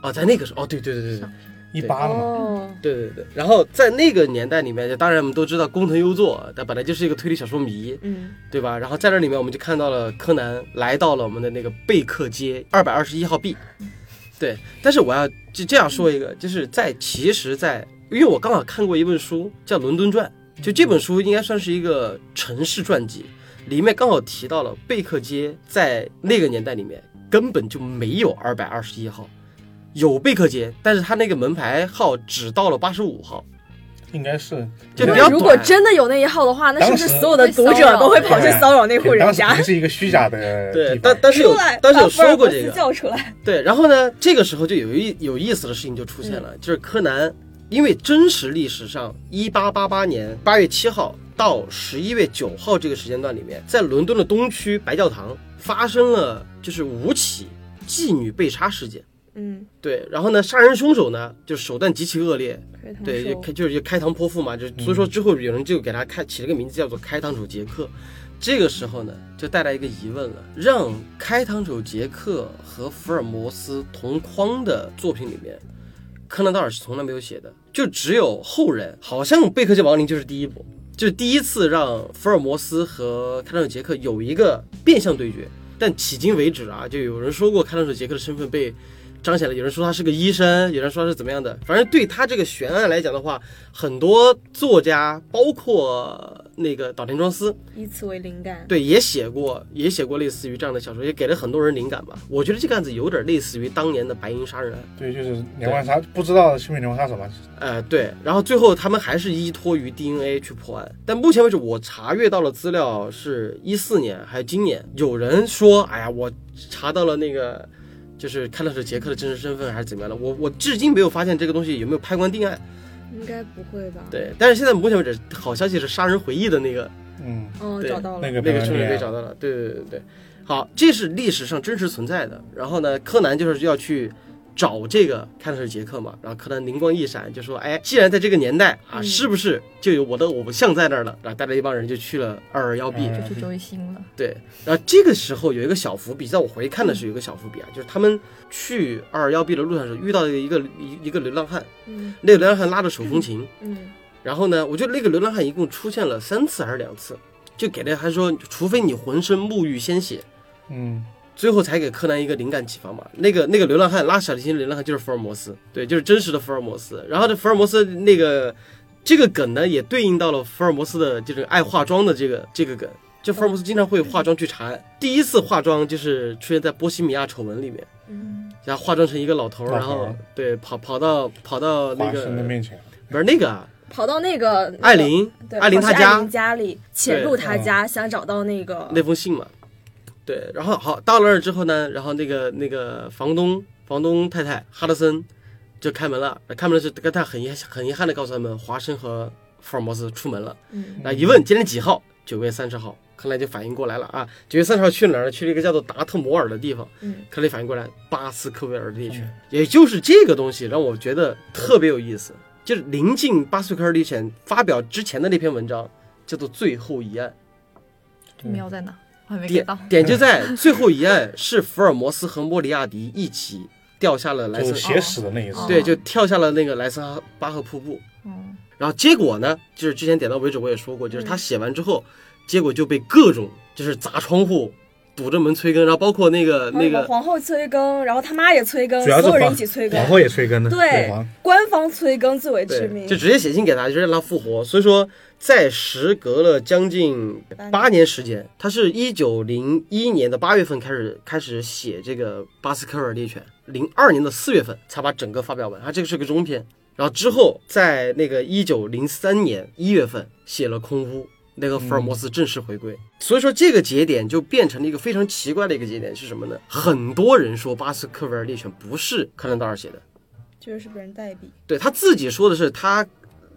Speaker 1: 啊，在那个时候哦，对对对对对。
Speaker 4: 一
Speaker 1: 啊
Speaker 4: 八了嘛，
Speaker 3: 哦，
Speaker 1: 对对对，然后在那个年代里面，就当然我们都知道工藤优作，啊他本来就是一个推理小说迷，
Speaker 3: 嗯，
Speaker 1: 对吧？然后在这里面，我们就看到了柯南来到了我们的那个贝克街二百二十一号 B。对，但是我要就这样说一个，就是在其实在，因为我刚好看过一本书叫《伦敦传》，就这本书应该算是一个城市传记，里面刚好提到了贝克街在那个年代里面根本就没有二百二十一号，有贝克街，但是它那个门牌号只到了八十五号，
Speaker 4: 应该是，
Speaker 1: 就
Speaker 3: 因
Speaker 1: 比
Speaker 3: 为
Speaker 1: 较
Speaker 3: 如果
Speaker 1: 短
Speaker 3: 真的有那一号的话，那是不是
Speaker 4: 当时
Speaker 3: 所有的读者都会跑去骚扰那户人
Speaker 4: 当时肯
Speaker 3: 家
Speaker 4: 定？是一个虚假 的地
Speaker 1: 对
Speaker 4: 方，
Speaker 1: 但但是有
Speaker 3: 出来，
Speaker 1: 但是有
Speaker 3: 把福尔
Speaker 1: 说过
Speaker 3: 摩
Speaker 1: 这
Speaker 3: 斯
Speaker 1: 个，
Speaker 3: 叫出来。
Speaker 1: 对，然后呢，这个时候就有一有意思的事情就出现了，就是柯南，因为真实历史上，一八八八年八月七号到十一月九号这个时间段里面，在伦敦的东区白教堂发生了就是五起妓女被杀事件。
Speaker 3: 嗯，
Speaker 1: 对，然后呢，杀人凶手呢，就手段极其恶劣，
Speaker 3: 可以这么
Speaker 1: 对，
Speaker 3: 说
Speaker 2: 哦
Speaker 1: 就开就是就开膛剖腹嘛，就所以说之后有人就给他开起了个名字叫做开膛手杰克。这个时候呢，就带来一个疑问了：让开膛手杰克和福尔摩斯同框的作品里面，柯南道尔是从来没有写的，就只有后人，好像《贝克街亡灵》就是第一部，就是第一次让福尔摩斯和开膛手杰克有一个变相对决。但迄今为止啊，就有人说过开膛手杰克的身份被彰显了，有人说他是个医生，有人说他是怎么样的，反正对他这个悬案来讲的话，很多作家，包括那个岛田庄司，
Speaker 3: 以此为灵感。
Speaker 1: 对，也写过，也写过类似于这样的小说，也给了很多人灵感吧。我觉得这个案子有点类似于当年的白银杀人案，
Speaker 4: 对，就是连环杀，不知道是不是连环杀手吧？
Speaker 1: 呃，对。然后最后他们还是依托于 DNA 去破案，但目前为止我查阅到了资料是一四年还有今年，有人说，哎呀，我查到了那个。就是看到是杰克的真实身份还是怎么样的，我我至今没有发现这个东西有没有拍棺定案。
Speaker 3: 应该不会吧？，
Speaker 1: 对，但是现在目前为止，好消息是《杀人回忆》的那个
Speaker 4: 嗯，
Speaker 3: 哦，
Speaker 1: 对
Speaker 3: 找到了
Speaker 4: 那。个
Speaker 1: 那
Speaker 4: 被
Speaker 1: 个处女被
Speaker 4: 被
Speaker 1: 找到了，对对对对。好，这是历史上真实存在的。然后呢，柯南就是要去找这个看的是杰克嘛。然后柯南灵光一闪，就说：“哎，既然在这个年代啊，
Speaker 3: 嗯
Speaker 1: 是不是就有我的偶像在那儿了？”然后带着一帮人就去了二二幺 B。
Speaker 4: 嗯
Speaker 2: 就去追星了。
Speaker 1: 对，然后这个时候有一个小伏笔，在我回看的时候有一个小伏笔啊，就是他们去二二幺 B 的路上时遇到了一个一一个流浪汉，
Speaker 3: 嗯
Speaker 1: 那个流浪汉拉着手风琴，
Speaker 3: 嗯
Speaker 1: 然后呢，我觉得那个流浪汉一共出现了三次还是两次，就给了他说，除非你浑身沐浴鲜血，
Speaker 4: 嗯，
Speaker 1: 最后才给柯南一个灵感启发嘛。那个那个流浪汉拉小提琴的流浪汉就是福尔摩斯，对，就是真实的福尔摩斯。然后这福尔摩斯那个这个梗呢，也对应到了福尔摩斯的这个爱化妆的这个这个梗。就福尔摩斯经常会化妆去查案，第一次化妆就是出现在波西米亚丑闻里面，
Speaker 3: 嗯，
Speaker 1: 然后化妆成一个老头儿，
Speaker 4: 老
Speaker 1: 然
Speaker 4: 头
Speaker 1: 后
Speaker 4: 儿
Speaker 1: 对跑跑到跑到那
Speaker 4: 华生的
Speaker 1: 个
Speaker 4: 面前，
Speaker 1: 不是那个啊
Speaker 3: 跑到那个
Speaker 1: 艾，琳
Speaker 3: 对，
Speaker 1: 艾琳她
Speaker 3: 跑去
Speaker 1: 家哦
Speaker 3: 艾琳家里潜入她
Speaker 4: 对
Speaker 3: 家，想找到那个
Speaker 1: 那封信嘛。对，然后好到了那儿之后呢，然后那个那个房东房东太太哈德森就开门了，开门的是跟他很遗很遗憾的告诉他们，华生和福尔摩斯出门了。
Speaker 3: 嗯
Speaker 1: 那一问今天几号？九月三十号。克莱就反应过来了啊，九月三十号去哪儿呢？去了一个叫做达特摩尔的地方。
Speaker 3: 嗯，
Speaker 1: 克雷反应过来，巴斯克维尔地区
Speaker 4: 嗯，
Speaker 1: 也就是这个东西让我觉得特别有意思。就是临近巴斯克维尔地区发表之前的那篇文章，叫做《最后一案》。
Speaker 2: 这喵在哪？我还没
Speaker 1: 点
Speaker 2: 给到。
Speaker 1: 点就在最后一案是福尔摩斯和莫里亚蒂一起掉下了莱
Speaker 4: 就
Speaker 1: 森
Speaker 4: 是，
Speaker 3: 哦
Speaker 4: 写死的那
Speaker 2: 哦
Speaker 4: 一次，
Speaker 1: 对，就跳下了那个莱森巴赫瀑布。
Speaker 2: 嗯，
Speaker 1: 然后结果呢，就是之前点到为止我也说过，就是他写完之后，结果就被各种就是砸窗户、堵着门催更，然后包括那
Speaker 2: 哎
Speaker 1: 个那
Speaker 3: 然后
Speaker 1: 个
Speaker 3: 皇后催更，然后他妈也催更，
Speaker 4: 主要
Speaker 3: 所
Speaker 4: 是
Speaker 3: 有人
Speaker 4: 皇
Speaker 3: 一起催更
Speaker 4: 皇，后也催更的，
Speaker 3: 对
Speaker 4: 皇，
Speaker 3: 官方催更最为致
Speaker 1: 对，
Speaker 3: 命，
Speaker 1: 就直接写信给他，就是让他复活。所以说，在时隔了将近八年时间，他是一九零一年的八月份开始开始写这个《巴斯克尔猎犬》，零二年的四月份才把整个发表完。他这个是个中篇，然后之后在那个一九零三年一月份写了《空屋》。那个福尔摩斯正式回归，所以说这个节点就变成了一个非常奇怪的一个节点是什么呢？很多人说巴斯克维尔猎犬不是柯南道尔写的，
Speaker 3: 就是被人代笔，
Speaker 1: 对他自己说的是，他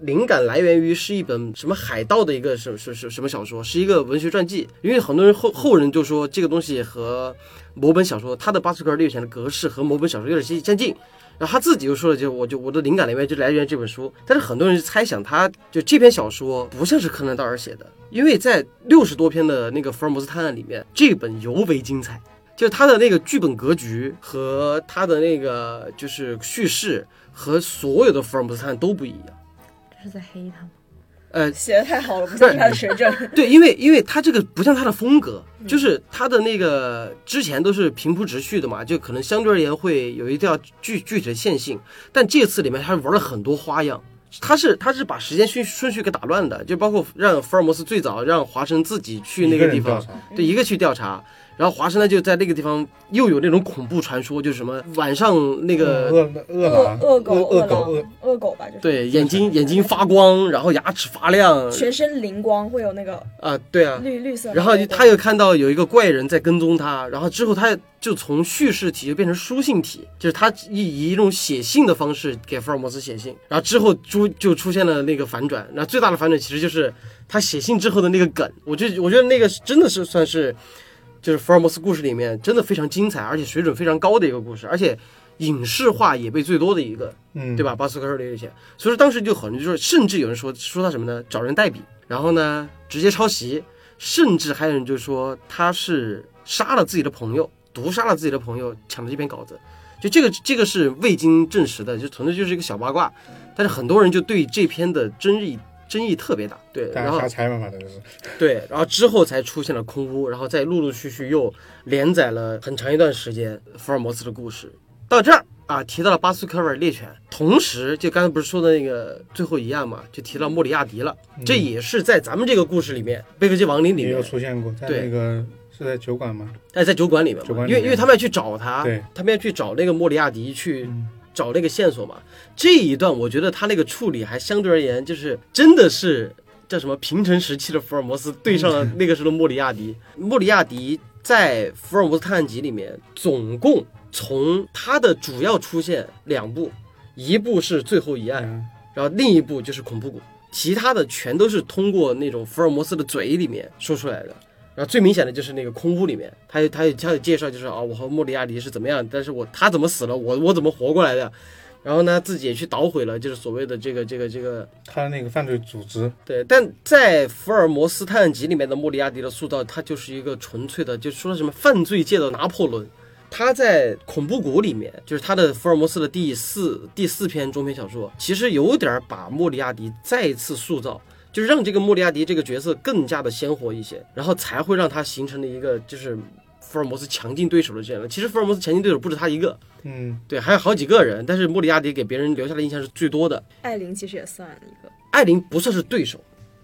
Speaker 1: 灵感来源于是一本什么海盗的一个什什什什么小说，是一个文学传记。因为很多人后后人就说这个东西和某本小说，他的巴斯克尔猎犬的格式和某本小说有点接相近。然后他自己又说了，就我就我的灵感来源就来源于这本书，但是很多人就猜想他就这篇小说不像是柯南道尔写的，因为在六十多篇的那个福尔摩斯探案里面，这本尤为精彩，就是他的那个剧本格局和他的那个就是叙事和所有的福尔摩斯探案都不一样。
Speaker 2: 这是在黑他吗？
Speaker 1: 呃，
Speaker 3: 写的太好了，不像他的水准。
Speaker 1: 对，因为因为他这个不像他的风格，就是他的那个之前都是平铺直叙的嘛，就可能相对而言会有一条具具体的线性，但这次里面他玩了很多花样。他是他是把时间顺顺序给打乱的，就包括让福尔摩斯最早让华生自己去那
Speaker 4: 一个
Speaker 1: 个
Speaker 4: 人
Speaker 1: 地方
Speaker 4: 调，查
Speaker 1: 对，一个去调查，然后华生呢就在那个地方又有那种恐怖传说，就是什么晚上那个
Speaker 4: 嗯恶恶
Speaker 3: 恶
Speaker 4: 狼
Speaker 3: 恶狗、
Speaker 4: 恶
Speaker 3: 狼
Speaker 4: 狗恶、
Speaker 3: 恶狗吧，就是
Speaker 1: 对，眼睛眼睛发光，然后牙齿发亮
Speaker 3: 全身灵光，会有那个
Speaker 1: 啊，对啊。
Speaker 3: 绿绿色的
Speaker 1: 然
Speaker 3: 那
Speaker 1: 后
Speaker 3: 个。
Speaker 1: 他又看到有一个怪人在跟踪他，然后之后他就从叙事体就变成书信体，就是他以以一种写信的方式给福尔摩斯写信，然后之后出就出现了那个反转，那最大的反转其实就是他写信之后的那个梗，我就我觉得那个真的是算是就是福尔摩斯故事里面真的非常精彩，而且水准非常高的一个故事，而且影视化也被最多的一个，
Speaker 4: 嗯，
Speaker 1: 对吧？巴斯克尔的这些，所以说当时就很多人就是，甚至有人说说他什么呢？找人代笔，然后呢直接抄袭，甚至还有人就说他是杀了自己的朋友，毒杀了自己的朋友，抢了这篇稿子。就这个这个是未经证实的，就纯粹就是一个小八卦。但是很多人就对这篇的争议争议特别大，对，
Speaker 4: 大
Speaker 1: 然
Speaker 4: 家
Speaker 1: 后
Speaker 4: 瞎猜嘛，反正就是。
Speaker 1: 对，然后之后才出现了空屋，然后再陆陆续续又连载了很长一段时间福尔摩斯的故事。到这儿啊，提到了巴斯科维尔猎犬，同时就刚才不是说的那个最后一案嘛，就提到莫里亚蒂了，这也是在咱们这个故事里面《贝克街亡灵》里
Speaker 4: 嗯也有
Speaker 1: 面，
Speaker 4: 出现过，在
Speaker 1: 对
Speaker 4: 那个是在酒馆吗？
Speaker 1: 哎，在酒馆里面
Speaker 4: 酒
Speaker 1: 嘛，
Speaker 4: 馆
Speaker 1: 因为
Speaker 4: 里面
Speaker 1: 因为他们要去找他
Speaker 4: 对，
Speaker 1: 他们要去找那个莫里亚蒂去
Speaker 4: 嗯
Speaker 1: 找那个线索嘛。这一段我觉得他那个处理还相对而言就是真的是叫什么平成时期的福尔摩斯对上了那个时候的莫里亚蒂。
Speaker 4: 嗯
Speaker 1: 莫里亚蒂在《福尔摩斯探案集》里面总共从他的主要出现两部，一部是最后一案，
Speaker 4: 嗯
Speaker 1: 然后另一部就是恐怖谷，其他的全都是通过那种福尔摩斯的嘴里面说出来的。然后最明显的就是那个空屋里面，他有他有他有介绍，就是啊，我和莫里亚蒂是怎么样，但是我他怎么死了，我我怎么活过来的，然后呢自己也去捣毁了，就是所谓的这个这个这个
Speaker 4: 他的那个犯罪组织，
Speaker 1: 对，但在《福尔摩斯探案集》里面的莫里亚蒂的塑造，他就是一个纯粹的，就说什么犯罪界的拿破仑。他在《恐怖谷》里面，就是他的福尔摩斯的第四第四篇中篇小说，其实有点儿把莫里亚蒂再一次塑造，就是让这个莫里亚蒂这个角色更加的鲜活一些，然后才会让他形成了一个就是福尔摩斯强劲对手的这样的。其实福尔摩斯强劲对手不止他一个，
Speaker 4: 嗯，
Speaker 1: 对，还有好几个人，但是莫里亚蒂给别人留下的印象是最多的。
Speaker 3: 艾琳其实也算一个，
Speaker 1: 艾琳不算是对手，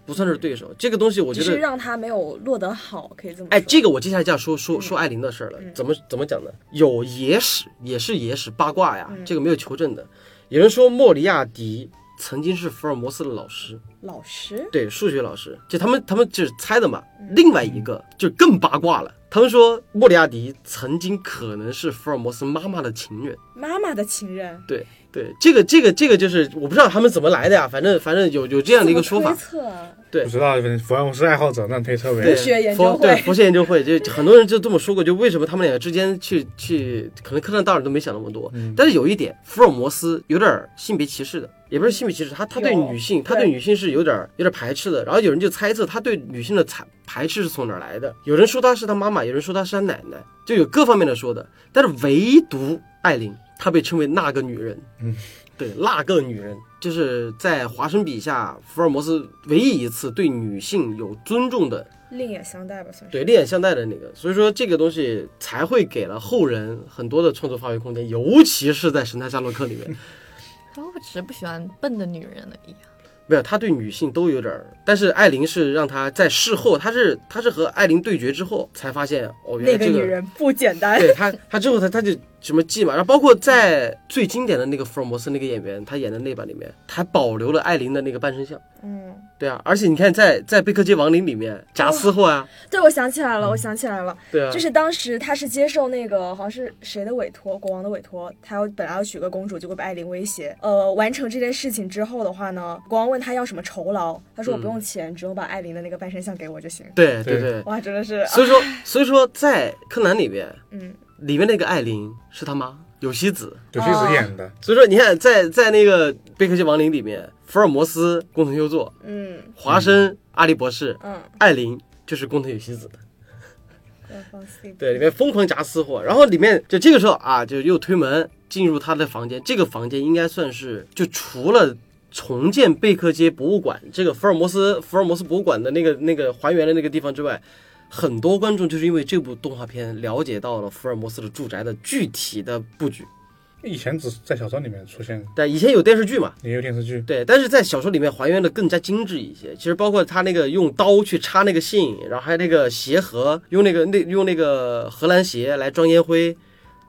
Speaker 1: 不算是对手。这个东西我觉
Speaker 3: 只
Speaker 1: 得
Speaker 3: 是让他没有落得好，可以这么
Speaker 1: 哎，
Speaker 3: 说
Speaker 1: 这个我接下来就要说
Speaker 3: 嗯
Speaker 1: 说说艾琳的事儿了。怎么怎么讲呢？有野史，也是野史八卦
Speaker 3: 嗯
Speaker 1: 呀，这个没有求证的。有人说莫里亚蒂曾经是福尔摩斯的老师，
Speaker 3: 老师
Speaker 1: 对，数学老师，就他们他们就是猜的嘛。
Speaker 3: 嗯
Speaker 1: 另外一个就更八卦了，他们说莫里亚蒂曾经可能是福尔摩斯妈妈的情人。
Speaker 3: 妈妈的情人
Speaker 1: 对对，这个这个这个就是我不知道他们怎么来的呀，反正反正有有这样的一个说法
Speaker 3: 怎么。推测啊
Speaker 1: 对
Speaker 4: 不知道福尔摩斯爱好者那推测
Speaker 1: 对
Speaker 4: 为
Speaker 3: 对学研
Speaker 1: 佛
Speaker 3: 究会
Speaker 1: 对佛学研究会，就就很多人就这么说过，就为什么他们两个之间去去，可能科幻道理都没想那么多。但是有一点，福尔摩斯有点儿性别歧视的，也不是性别歧视，他他对
Speaker 3: 有
Speaker 1: 女性，他
Speaker 3: 对
Speaker 1: 对女性是有点儿有点儿排斥的。然后有人就猜测他对女性的排排斥是从哪儿来的，有人说他是他妈妈，有人说他是他奶奶，就有各方面的说的。但是唯独艾琳，她被称为那个女人， 对，那个女人就是在华生笔下，福尔摩斯唯一一次对女性有尊重的
Speaker 3: 另眼相待吧，算是
Speaker 1: 对，另眼相待的那个，所以说这个东西才会给了后人很多的创作发挥空间，尤其是在《神探夏洛克》里面，
Speaker 2: 他会不会哦只是不喜欢笨的女人而已啊？
Speaker 1: 没有他对女性都有点儿，但是艾琳是让他在事后，他是他是和艾琳对决之后才发现，哦，原
Speaker 3: 那
Speaker 1: 来
Speaker 3: 个
Speaker 1: 这
Speaker 3: 女
Speaker 1: 个
Speaker 3: 人不简单，
Speaker 1: 对他，他之后他他就什么记嘛，然后包括在最经典的那个福尔摩斯那个演员，他演的那版里面，他保留了艾琳的那个半身像，
Speaker 3: 嗯。
Speaker 1: 对啊，而且你看在在《贝克街亡灵》里面，贾斯霍啊，
Speaker 3: 对，我想起来了，我想起来了，
Speaker 1: 对啊，
Speaker 3: 就是当时他是接受那个好像是谁的委托，国王的委托，他要本来要娶个公主，结果被艾琳威胁。呃，完成这件事情之后的话呢，国王问他要什么酬劳，他说我不
Speaker 1: 嗯
Speaker 3: 用钱，只用把艾琳的那个半身像给我就行。
Speaker 1: 对对
Speaker 4: 对
Speaker 1: 对，
Speaker 3: 哇，真的是，啊
Speaker 1: 所以说所以说在柯南里面。
Speaker 3: 嗯，
Speaker 1: 里面那个艾琳是他妈有希子，
Speaker 4: 有些
Speaker 3: 哦
Speaker 4: 子演的，
Speaker 1: 所以说你看在在那个《贝克街亡灵》里面，福尔摩斯工藤优作，
Speaker 3: 嗯
Speaker 1: 华生、阿笠博士，
Speaker 3: 嗯，
Speaker 1: 艾琳就是工藤有希子。
Speaker 3: 官方 C
Speaker 1: 对，里面疯狂夹私货，然后里面就这个时候啊，就又推门进入他的房间。这个房间应该算是就除了重建贝克街博物馆这个福尔摩斯福尔摩斯博物馆的那个那个还原的那个地方之外，很多观众就是因为这部动画片了解到了福尔摩斯的住宅的具体的布局。
Speaker 4: 以前只是在小说里面出现，
Speaker 1: 但以前有电视剧嘛，
Speaker 4: 也有电视剧，
Speaker 1: 对，但是在小说里面还原的更加精致一些。其实包括他那个用刀去插那个信，然后还有那个鞋盒，用那个那用那个荷兰鞋来装烟灰，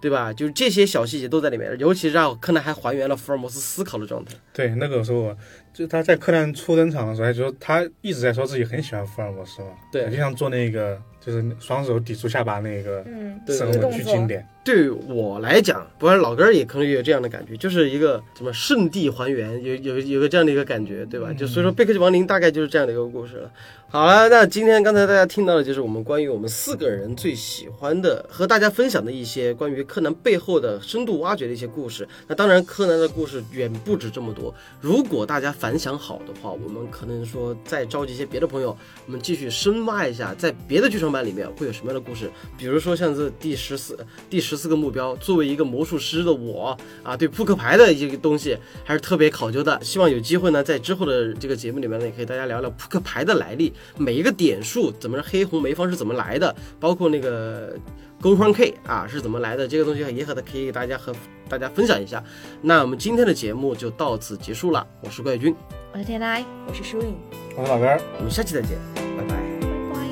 Speaker 1: 对吧？就是这些小细节都在里面，尤其让柯南还还原了福尔摩斯思考的状态。
Speaker 4: 对，那个时候我就他在柯南初登场的时候，他就说他一直在说自己很喜欢福尔摩斯嘛，
Speaker 1: 对
Speaker 4: 就像做那个就是双手抵住下巴那个
Speaker 3: 嗯，
Speaker 1: 对
Speaker 4: 神
Speaker 1: 对
Speaker 4: 文巨经典，
Speaker 1: 对于我来讲，不然老根儿也可能也有这样的感觉，就是一个什么圣地还原，有有有个这样的一个感觉，对吧？就所以说《贝克街亡灵》大概就是这样的一个故事了。好了，那今天刚才大家听到的就是我们关于我们四个人最喜欢的，和大家分享的一些关于柯南背后的深度挖掘的一些故事。那当然，柯南的故事远不止这么多。如果大家反响好的话，我们可能说再召集一些别的朋友，我们继续深挖一下，在别的剧场版。漫里面会有什么样的故事？比如说像这第十四第十四个目标，作为一个魔术师的我啊，对扑克牌的啊一个东西还是特别考究的。希望有机会呢，在之后的这个节目里面呢，也可以大家聊聊扑克牌的来历，每一个点数怎么黑红梅方是怎么来的，包括那个勾框 K 啊是怎么来的，这个东西也和可以给大家和大家分享一下。那我们今天的节目就到此结束了，我是怪君，
Speaker 2: 我是天来。
Speaker 3: 我是舒颖，
Speaker 4: 我是老根儿，
Speaker 1: 我们下期再见，拜拜。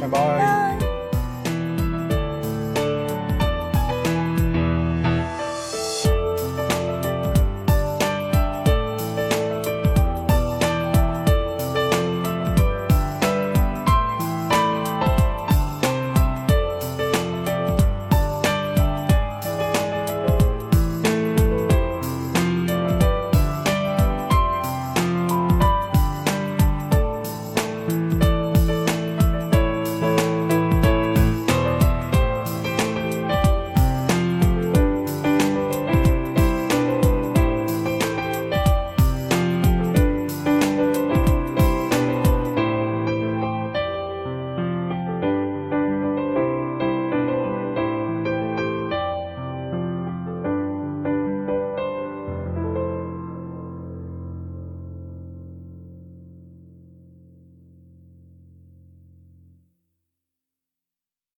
Speaker 4: 拜拜。